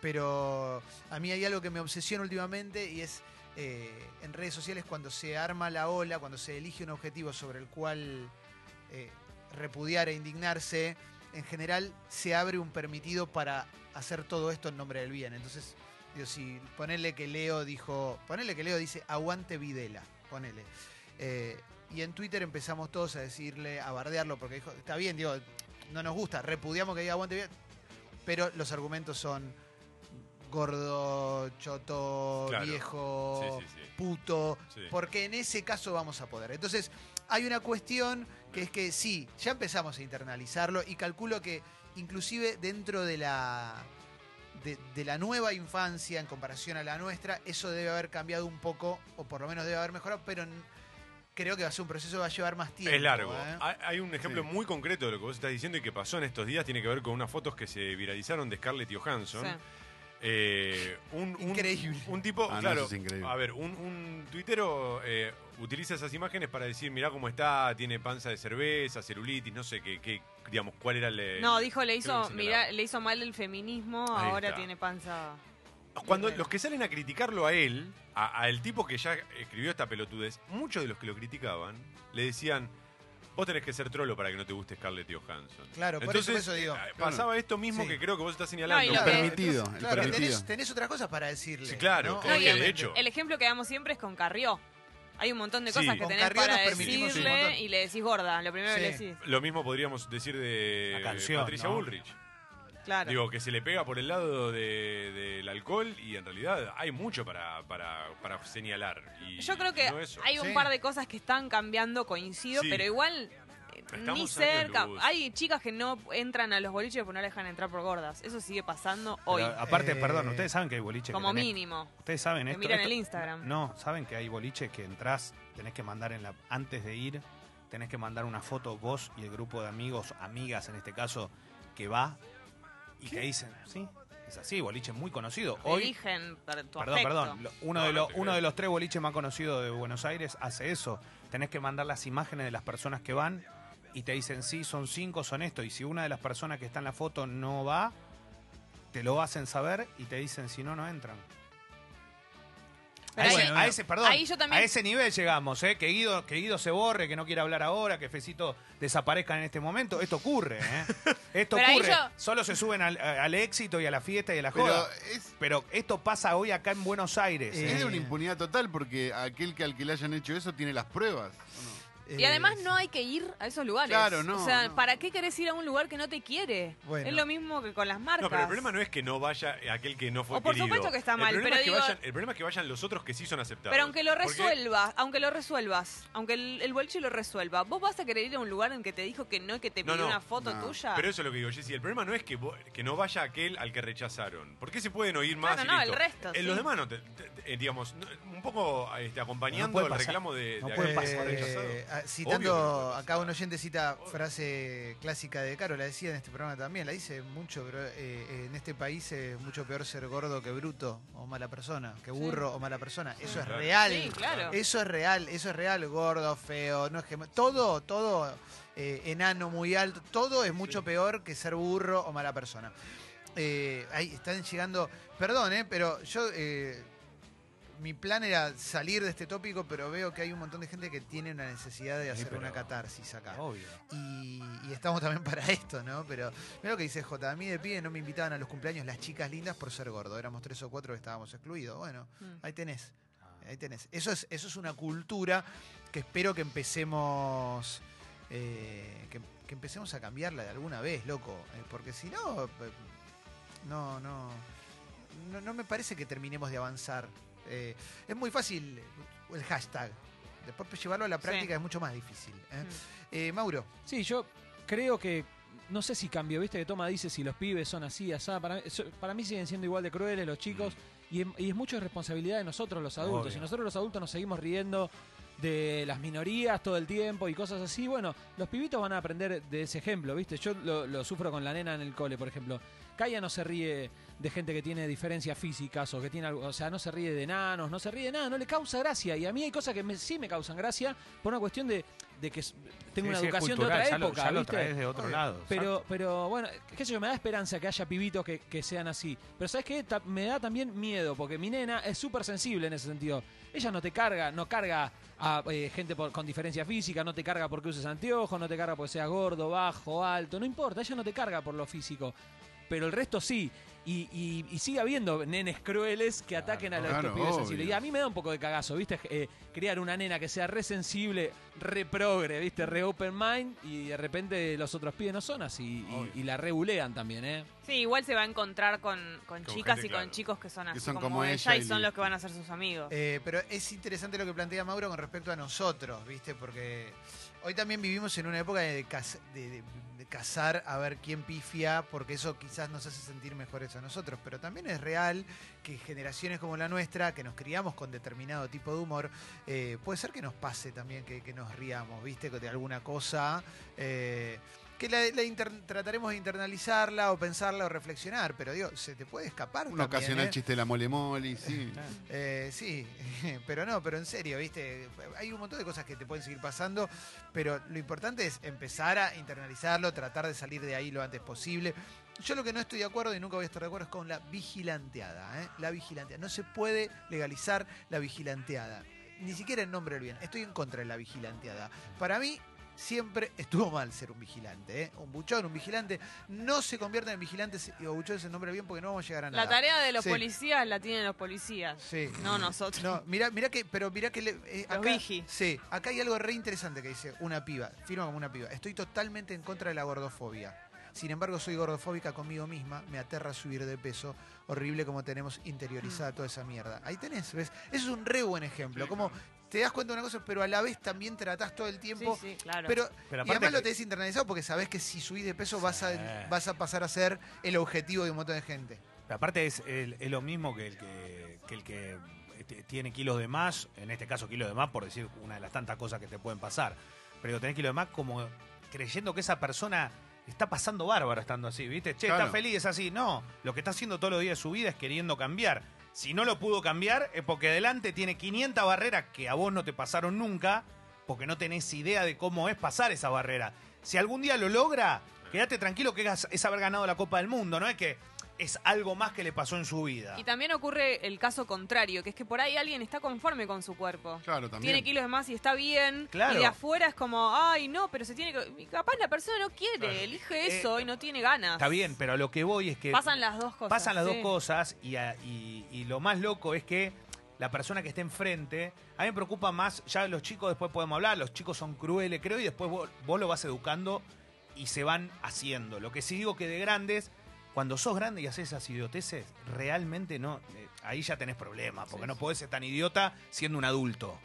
Speaker 1: Pero a mí hay algo que me obsesiona últimamente y es eh, en redes sociales cuando se arma la ola, cuando se elige un objetivo sobre el cual eh, repudiar e indignarse, en general se abre un permitido para hacer todo esto en nombre del bien. Entonces, digo, si ponele que Leo dijo, ponele que Leo dice aguante Videla, ponele. Eh, y en Twitter empezamos todos a decirle, a bardearlo, porque dijo, está bien, digo, no nos gusta, repudiamos que diga aguante Videla, pero los argumentos son gordo, choto,
Speaker 3: Claro.
Speaker 1: viejo,
Speaker 3: Sí, sí, sí.
Speaker 1: puto,
Speaker 3: Sí.
Speaker 1: porque en ese caso vamos a poder. Entonces, hay una cuestión que es que sí, ya empezamos a internalizarlo y calculo que inclusive dentro de la de, de la nueva infancia en comparación a la nuestra, eso debe haber cambiado un poco o por lo menos debe haber mejorado, pero n- creo que va a ser un proceso que va a llevar más tiempo.
Speaker 3: Es largo. Ah,
Speaker 1: ¿eh?
Speaker 3: Hay, hay un ejemplo
Speaker 4: Sí.
Speaker 3: muy concreto de lo que vos estás diciendo y que pasó en estos días, tiene que ver con unas fotos que se viralizaron de Scarlett Johansson.
Speaker 2: Sí.
Speaker 3: Eh, un, un-
Speaker 1: Increíble.
Speaker 3: Un tipo,
Speaker 4: Ah, no,
Speaker 3: claro.
Speaker 4: eso es increíble.
Speaker 3: A ver, un, un tuitero eh, utiliza esas imágenes para decir, mirá cómo está, tiene panza de cerveza, celulitis, no sé qué, qué digamos, cuál era el.
Speaker 2: No, dijo, le
Speaker 3: Eh, creo
Speaker 2: hizo,
Speaker 3: que
Speaker 2: mira, le hizo mal el feminismo,
Speaker 3: Ahí
Speaker 2: ahora
Speaker 3: está.
Speaker 2: tiene panza.
Speaker 3: Cuando los que salen a criticarlo a él, a- al tipo que ya escribió esta pelotudez, muchos de los que lo criticaban le decían, vos tenés que ser trolo para que no te guste Scarlett Johansson.
Speaker 1: Claro, por eso- por eso digo.
Speaker 3: eh, Pasaba esto mismo
Speaker 1: Sí.
Speaker 3: que creo que vos estás señalando.
Speaker 2: No, y
Speaker 4: El
Speaker 2: lo que-
Speaker 4: permitido, el
Speaker 1: Claro, que
Speaker 4: permitido.
Speaker 1: tenés, tenés otras cosas para decirle.
Speaker 3: Sí, claro,
Speaker 1: ¿no?
Speaker 3: que- que de
Speaker 1: Obviamente.
Speaker 3: hecho.
Speaker 2: El ejemplo que damos siempre es con Carrió. Hay un montón de
Speaker 3: Sí.
Speaker 2: cosas que
Speaker 1: Con
Speaker 2: tenés
Speaker 1: Carrió
Speaker 2: para
Speaker 1: nos permitimos un montón.
Speaker 2: decirle y le decís gorda, lo primero que le
Speaker 1: Sí.
Speaker 2: decís.
Speaker 3: Lo mismo podríamos decir de
Speaker 5: La canción,
Speaker 3: Patricia
Speaker 5: ¿no?
Speaker 3: Bullrich.
Speaker 2: Claro.
Speaker 3: Digo, que se le pega por el lado de- del alcohol y en realidad hay mucho para, para, para señalar. y
Speaker 2: Yo creo que
Speaker 3: no eso.
Speaker 2: hay un
Speaker 1: Sí.
Speaker 2: par de cosas que están cambiando, coincido,
Speaker 3: Sí.
Speaker 2: pero igual eh,
Speaker 3: Estamos
Speaker 2: ni
Speaker 3: años
Speaker 2: cerca.
Speaker 3: luz.
Speaker 2: Hay chicas que no entran a los boliches porque no la dejan entrar por gordas. Eso sigue pasando hoy,
Speaker 5: Pero, aparte,
Speaker 1: Eh,
Speaker 5: perdón, ustedes saben que hay boliche. que
Speaker 2: como
Speaker 5: tenés-
Speaker 2: mínimo.
Speaker 5: Ustedes saben
Speaker 2: Que
Speaker 5: esto.
Speaker 2: miran
Speaker 5: esto-
Speaker 2: el Instagram.
Speaker 5: No, saben que hay boliches que entras, tenés que mandar en la antes de ir, tenés que mandar una foto vos y el grupo de amigos, amigas en este caso, que va y que dicen, sí, es así, boliche muy conocido. Hoy,
Speaker 2: Eligen per- tu
Speaker 5: perdón,
Speaker 2: afecto.
Speaker 5: perdón, lo- uno,
Speaker 3: No,
Speaker 5: de
Speaker 3: no
Speaker 5: los,
Speaker 3: te
Speaker 5: uno
Speaker 3: creo.
Speaker 5: de los tres boliches más conocidos de Buenos Aires hace eso. Tenés que mandar las imágenes de las personas que van y te dicen, sí, son cinco, son esto. Y si una de las personas que está en la foto no va, te lo hacen saber y te dicen, si no, no entran. A
Speaker 2: Pero
Speaker 5: ese,
Speaker 2: ahí-
Speaker 5: a ese- perdón,
Speaker 2: ahí yo también-
Speaker 5: a ese nivel llegamos, ¿eh? que, Guido, que Guido se borre, que no quiera hablar ahora, que Fecito desaparezca en este momento. Esto ocurre, ¿eh? Esto
Speaker 2: Pero ahí
Speaker 5: ocurre.
Speaker 2: yo-
Speaker 5: Solo se suben al, al éxito y a la fiesta y a la
Speaker 4: Pero
Speaker 5: joda.
Speaker 4: es,
Speaker 5: Pero esto pasa hoy acá en Buenos Aires. ¿eh?
Speaker 4: es de
Speaker 1: Eh,
Speaker 4: una impunidad total porque aquel que al que le hayan hecho eso tiene las pruebas. ¿o no?
Speaker 1: Eh,
Speaker 2: Y además no hay que ir a esos lugares.
Speaker 4: Claro, no,
Speaker 2: O sea,
Speaker 4: no.
Speaker 2: ¿para qué querés ir a un lugar que no te quiere?
Speaker 1: Bueno.
Speaker 2: Es lo mismo que con las marcas.
Speaker 3: No, pero el problema no es que no vaya aquel que no fue
Speaker 2: O por
Speaker 3: querido.
Speaker 2: supuesto que está mal,
Speaker 3: el problema
Speaker 2: pero
Speaker 3: es que
Speaker 2: digo-
Speaker 3: vayan, El problema es que vayan los otros que sí son aceptados.
Speaker 2: Pero aunque lo
Speaker 3: Porque-
Speaker 2: resuelvas, aunque lo resuelvas, aunque el, el boliche lo resuelva, ¿vos vas a querer ir a un lugar en que te dijo que no y que te
Speaker 3: No,
Speaker 2: pidió
Speaker 3: no,
Speaker 2: una foto
Speaker 4: no.
Speaker 2: tuya?
Speaker 3: Pero eso es lo que digo, Jessy. El problema no es que, vo- que no vaya aquel al que rechazaron. Porque se pueden oír más
Speaker 2: Claro,
Speaker 3: y
Speaker 2: no,
Speaker 3: listo.
Speaker 2: el resto,
Speaker 3: Eh,
Speaker 2: sí.
Speaker 3: Los demás, no te- te- te- eh, digamos, no- un poco este,
Speaker 5: No
Speaker 3: acompañando
Speaker 5: puede
Speaker 3: el
Speaker 5: pasar.
Speaker 3: reclamo de,
Speaker 5: No
Speaker 3: de aquel
Speaker 5: puede
Speaker 3: que
Speaker 5: pasar.
Speaker 3: fue
Speaker 5: Eh,
Speaker 3: rechazado.
Speaker 1: Eh, ah,
Speaker 3: Obvio que no
Speaker 1: citando
Speaker 3: puede
Speaker 1: acá
Speaker 3: pasar.
Speaker 1: un oyente cita frase clásica de Caro, la decía en este programa también, la dice mucho, pero eh, eh, en este país es mucho peor ser gordo que bruto o mala persona, que burro o mala persona. Eso es
Speaker 3: Claro.
Speaker 1: real.
Speaker 2: Sí, claro.
Speaker 1: Eso es real, eso es real, gordo, feo, no es que todo, todo eh, enano muy alto, todo es mucho peor que ser burro o mala persona. Eh, ahí están llegando, perdón, eh, pero yo eh, mi plan era salir de este tópico, pero veo que hay un montón de gente que tiene una necesidad de hacer
Speaker 5: pero-
Speaker 1: una catarsis acá.
Speaker 5: Obvio.
Speaker 1: Y, y estamos también para esto, ¿no? Pero mira lo que dice J. A mí de pibe no me invitaban a los cumpleaños las chicas lindas por ser gordo. Éramos tres o cuatro que estábamos excluidos. Bueno,
Speaker 2: Mm.
Speaker 1: ahí tenés. Ahí tenés. Eso es, eso es una cultura que espero que empecemos. eh, que, que empecemos a cambiarla de alguna vez, loco. Eh, porque si no. eh, No, no. No, no me parece que terminemos de avanzar. Eh, es muy fácil el hashtag. Después llevarlo a la
Speaker 2: Sí.
Speaker 1: práctica es mucho más difícil. ¿eh?
Speaker 2: Mm.
Speaker 1: Eh, Mauro.
Speaker 9: Sí, yo creo que. No sé si cambió, viste que Toma dice si los pibes son así, asá. Para, mí- so- para mí siguen siendo igual de crueles los chicos. Y, em- y es mucho responsabilidad de nosotros los adultos.
Speaker 5: Obvio.
Speaker 9: Y nosotros los adultos nos seguimos riendo de las minorías todo el tiempo y cosas así. Bueno, los pibitos van a aprender de ese ejemplo, viste. Yo lo, lo sufro con la nena en el cole, por ejemplo. Kaya no se ríe de gente que tiene diferencias físicas o que tiene algo. O sea, no se ríe de enanos, no se ríe de nada, no le causa gracia. Y a mí hay cosas que me- sí me causan gracia por una cuestión de, de que s- tengo
Speaker 5: Sí,
Speaker 9: una
Speaker 5: sí, es
Speaker 9: educación
Speaker 5: cultural,
Speaker 9: de otra
Speaker 5: ya lo-
Speaker 9: época,
Speaker 5: ya lo
Speaker 9: ¿viste? Ah.
Speaker 5: traes de otro lado.
Speaker 9: Pero, pero bueno, qué sé yo, me da esperanza que haya pibitos que, que sean así. Pero ¿sabes qué? Ta- me da también miedo, porque mi nena es súper sensible en ese sentido. Ella no te carga, no carga a eh, gente por- con diferencia física, no te carga porque uses anteojos, no te carga porque seas gordo, bajo, alto, no importa, ella no te carga por lo físico. Pero el resto sí. Y, y- y sigue habiendo nenes crueles que ataquen a los
Speaker 4: claro,
Speaker 9: pibes
Speaker 4: obvio.
Speaker 9: sensibles. Y a mí me da un poco de cagazo, ¿viste? Eh, criar una nena que sea re sensible, re progre, ¿viste? Re open mind y de repente los otros pibes no son así y- y, la regulean también, ¿eh?
Speaker 2: Sí, igual se va a encontrar con, con
Speaker 3: Con
Speaker 2: chicas
Speaker 3: gente,
Speaker 2: y con
Speaker 3: claro.
Speaker 2: chicos que son así
Speaker 4: son
Speaker 2: como,
Speaker 4: como
Speaker 2: ella
Speaker 4: ella
Speaker 2: y
Speaker 4: y
Speaker 2: son los
Speaker 4: listo.
Speaker 2: que van a ser sus amigos.
Speaker 1: Eh, pero es interesante lo que plantea Mauro con respecto a nosotros, ¿viste? Porque hoy también vivimos en una época de, caz- de- de- de cazar a ver quién pifia, porque eso quizás nos hace sentir mejores a nosotros. Pero también es real que generaciones como la nuestra, que nos criamos con determinado tipo de humor, eh, puede ser que nos pase también que, que nos riamos, ¿viste? De alguna cosa. eh, que la, la inter- trataremos de internalizarla o pensarla o reflexionar, pero digo, se te puede escapar.
Speaker 4: Un
Speaker 1: también,
Speaker 4: ocasional
Speaker 1: ¿eh?
Speaker 4: chiste de la mole moli, sí.
Speaker 1: Eh, sí, pero no, pero en serio, ¿viste? Hay un montón de cosas que te pueden seguir pasando, pero lo importante es empezar a internalizarlo, tratar de salir de ahí lo antes posible. Yo lo que no estoy de acuerdo y nunca voy a estar de acuerdo es con la vigilanteada, ¿eh? La vigilanteada. No se puede legalizar la vigilanteada. Ni siquiera en nombre del bien. Estoy en contra de la vigilanteada. Para mí, siempre estuvo mal ser un vigilante, ¿eh? Un buchón, un vigilante. No se conviertan en vigilantes o buchones en nombre del bien porque no vamos a llegar a nada.
Speaker 2: La tarea de los
Speaker 1: Sí.
Speaker 2: policías la tienen los policías,
Speaker 1: Sí.
Speaker 2: no nosotros.
Speaker 1: No, mirá, mirá que, pero mirá que le- eh,
Speaker 2: Los
Speaker 1: acá,
Speaker 2: vigi.
Speaker 1: Sí, acá hay algo re interesante que dice una piba, firma como una piba. Estoy totalmente en contra de la gordofobia. Sin embargo, soy gordofóbica conmigo misma, me aterra subir de peso, horrible como tenemos
Speaker 2: Mm.
Speaker 1: interiorizada toda esa mierda. Ahí tenés, ¿ves? Eso es un re buen ejemplo, como te das cuenta de una cosa, pero a la vez también tratás todo el
Speaker 2: Sí,
Speaker 1: tiempo.
Speaker 2: sí, claro.
Speaker 1: Pero,
Speaker 5: Pero
Speaker 1: y
Speaker 5: aparte
Speaker 1: además lo
Speaker 5: que-
Speaker 1: tenés internalizado porque sabés que si subís de peso vas a,
Speaker 5: Sí.
Speaker 1: vas a pasar a ser el objetivo de un montón de gente.
Speaker 5: Pero Aparte es, el- es lo mismo que el que, que el que este, tiene kilos de más, en este caso kilos de más, por decir una de las tantas cosas que te pueden pasar. Pero digo, tenés kilos de más como creyendo que esa persona está pasando bárbaro estando así, ¿viste? Che,
Speaker 4: Claro.
Speaker 5: está feliz, es así. No, lo que está haciendo todos los días de su vida es queriendo cambiar. Si no lo pudo cambiar es porque delante tiene 500 barreras que a vos no te pasaron nunca, porque no tenés idea de cómo es pasar esa barrera. Si algún día lo logra, quédate tranquilo que es, es haber ganado la Copa del Mundo, no es que es algo más que le pasó en su vida.
Speaker 2: Y también ocurre el caso contrario, que es que por ahí alguien está conforme con su cuerpo.
Speaker 4: Claro, también.
Speaker 2: Tiene kilos de más y está bien.
Speaker 5: Claro.
Speaker 2: Y de afuera es como, ay, no, pero se tiene que. y Capaz la persona no quiere,
Speaker 5: Claro. Eh,
Speaker 2: elige eso y no tiene ganas.
Speaker 5: Está bien, pero a lo que voy es que
Speaker 2: Pasan las dos cosas.
Speaker 5: pasan las
Speaker 2: sí.
Speaker 5: dos cosas y, a- y- y lo más loco es que la persona que esté enfrente, a mí me preocupa más, ya los chicos después podemos hablar, los chicos son crueles, creo, y después vos, vos lo vas educando y se van haciendo. Lo que sí digo que de grandes, cuando sos grande y haces esas idioteces, realmente no, eh, ahí ya tenés problemas, porque no podés ser tan idiota siendo un adulto.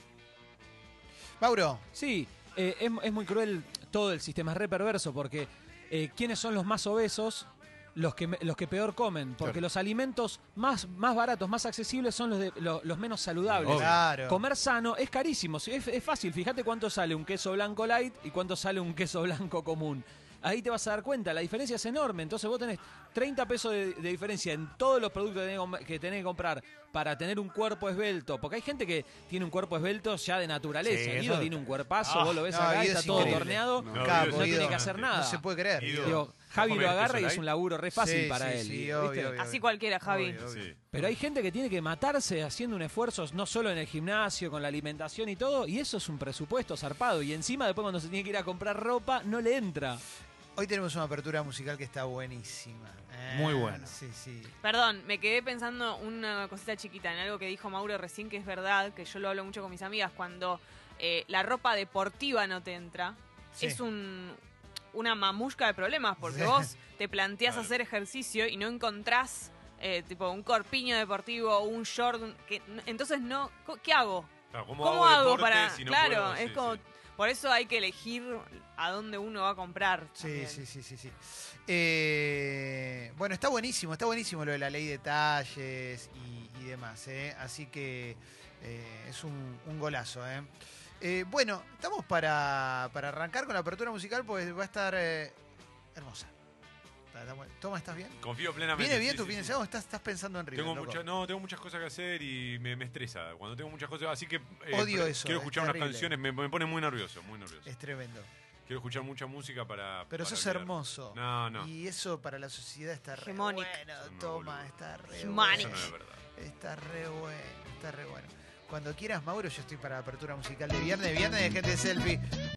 Speaker 1: Mauro,
Speaker 9: Sí, eh, es, es muy cruel todo el sistema, es re perverso porque eh, ¿quiénes son los más obesos? Los que, me- los que peor comen, porque
Speaker 4: Claro.
Speaker 9: los alimentos más, más baratos, más accesibles son los, de- lo- los menos saludables.
Speaker 4: Obvio.
Speaker 1: claro.
Speaker 9: Comer sano es carísimo, sí, es, es fácil. Fíjate cuánto sale un queso blanco light y cuánto sale un queso blanco común. Ahí te vas a dar cuenta, la diferencia es enorme. Entonces vos tenés 30 pesos de, de diferencia en todos los productos que tenés, que com- que tenés que comprar para tener un cuerpo esbelto. Porque hay gente que tiene un cuerpo esbelto ya de naturaleza.
Speaker 5: Sí,
Speaker 9: Guido
Speaker 5: eso-
Speaker 9: tiene un cuerpazo,
Speaker 5: Ah,
Speaker 9: vos lo ves
Speaker 1: no,
Speaker 9: acá,
Speaker 1: Guido
Speaker 9: está
Speaker 1: es
Speaker 9: todo
Speaker 1: increíble.
Speaker 9: torneado.
Speaker 4: No,
Speaker 9: No,
Speaker 3: Guido
Speaker 1: Capo,
Speaker 3: es
Speaker 1: Guido.
Speaker 9: tiene que hacer nada.
Speaker 1: No se puede creer.
Speaker 3: Guido.
Speaker 9: Digo, Javi
Speaker 3: ¿Comer
Speaker 9: lo agarra y
Speaker 3: queso
Speaker 9: es un laburo re fácil
Speaker 1: Sí,
Speaker 9: para
Speaker 1: sí,
Speaker 9: él.
Speaker 1: sí,
Speaker 9: ¿viste?
Speaker 1: obvio, obvio.
Speaker 2: Así cualquiera, Javi.
Speaker 1: Obvio, obvio.
Speaker 3: Sí.
Speaker 9: Pero hay gente que tiene que matarse haciendo un esfuerzo, no solo en el gimnasio, con la alimentación y todo, y eso es un presupuesto zarpado. Y encima después cuando se tiene que ir a comprar ropa, no le entra.
Speaker 1: Hoy tenemos una apertura musical que está buenísima. Eh,
Speaker 5: Muy buena.
Speaker 1: Sí, sí.
Speaker 2: Perdón, me quedé pensando una cosita chiquita en algo que dijo Mauro recién, que es verdad, que yo lo hablo mucho con mis amigas, cuando eh, la ropa deportiva no te entra,
Speaker 1: Sí.
Speaker 2: es un, una mamusca de problemas, porque
Speaker 1: Sí.
Speaker 2: vos te planteás
Speaker 3: Claro.
Speaker 2: hacer ejercicio y no encontrás eh, tipo un corpiño deportivo o un short, que, entonces no, co- ¿qué hago?
Speaker 3: Claro, ¿Cómo,
Speaker 2: ¿Cómo, hago
Speaker 3: deporte
Speaker 2: para...?
Speaker 3: si no
Speaker 2: claro,
Speaker 3: puedo?
Speaker 2: es
Speaker 3: Sí,
Speaker 2: como...
Speaker 3: sí.
Speaker 2: Por eso hay que elegir a dónde uno va a comprar.
Speaker 1: Sí,
Speaker 2: también.
Speaker 1: sí, sí, sí, sí. Eh, bueno, está buenísimo, está buenísimo lo de la ley de talles y, y demás. eh. Así que eh, es un, un golazo. eh. Eh, bueno, estamos para, para arrancar con la apertura musical, pues va a estar eh, hermosa. Está- está bueno. Toma, ¿estás bien?
Speaker 3: Confío plenamente.
Speaker 1: ¿Viene bien
Speaker 3: sí,
Speaker 1: tu
Speaker 3: sí,
Speaker 1: fin de
Speaker 3: sí.
Speaker 1: semana o estás, estás pensando en River?
Speaker 3: Tengo
Speaker 1: loco?
Speaker 3: mucha- no, tengo muchas cosas que hacer y me, me estresa cuando tengo muchas cosas. Así que eh,
Speaker 1: Odio
Speaker 3: pre-
Speaker 1: eso,
Speaker 3: quiero
Speaker 1: es
Speaker 3: escuchar unas
Speaker 1: terrible.
Speaker 3: canciones, me, me pone muy nervioso, muy nervioso.
Speaker 1: Es tremendo.
Speaker 3: Quiero escuchar mucha música para.
Speaker 1: Pero
Speaker 3: para
Speaker 1: sos
Speaker 3: olvidar.
Speaker 1: hermoso.
Speaker 3: No, no.
Speaker 1: Y eso para la sociedad está re
Speaker 2: Hegemónico.
Speaker 1: bueno.
Speaker 3: Eso no,
Speaker 1: Toma,
Speaker 3: boludo.
Speaker 1: está re
Speaker 2: Hegemónico.
Speaker 3: Eso no
Speaker 1: bueno.
Speaker 3: es verdad.
Speaker 1: Está re bueno, está re bueno. Cuando quieras, Mauro, yo estoy para la apertura musical de viernes, viernes de gente selfie.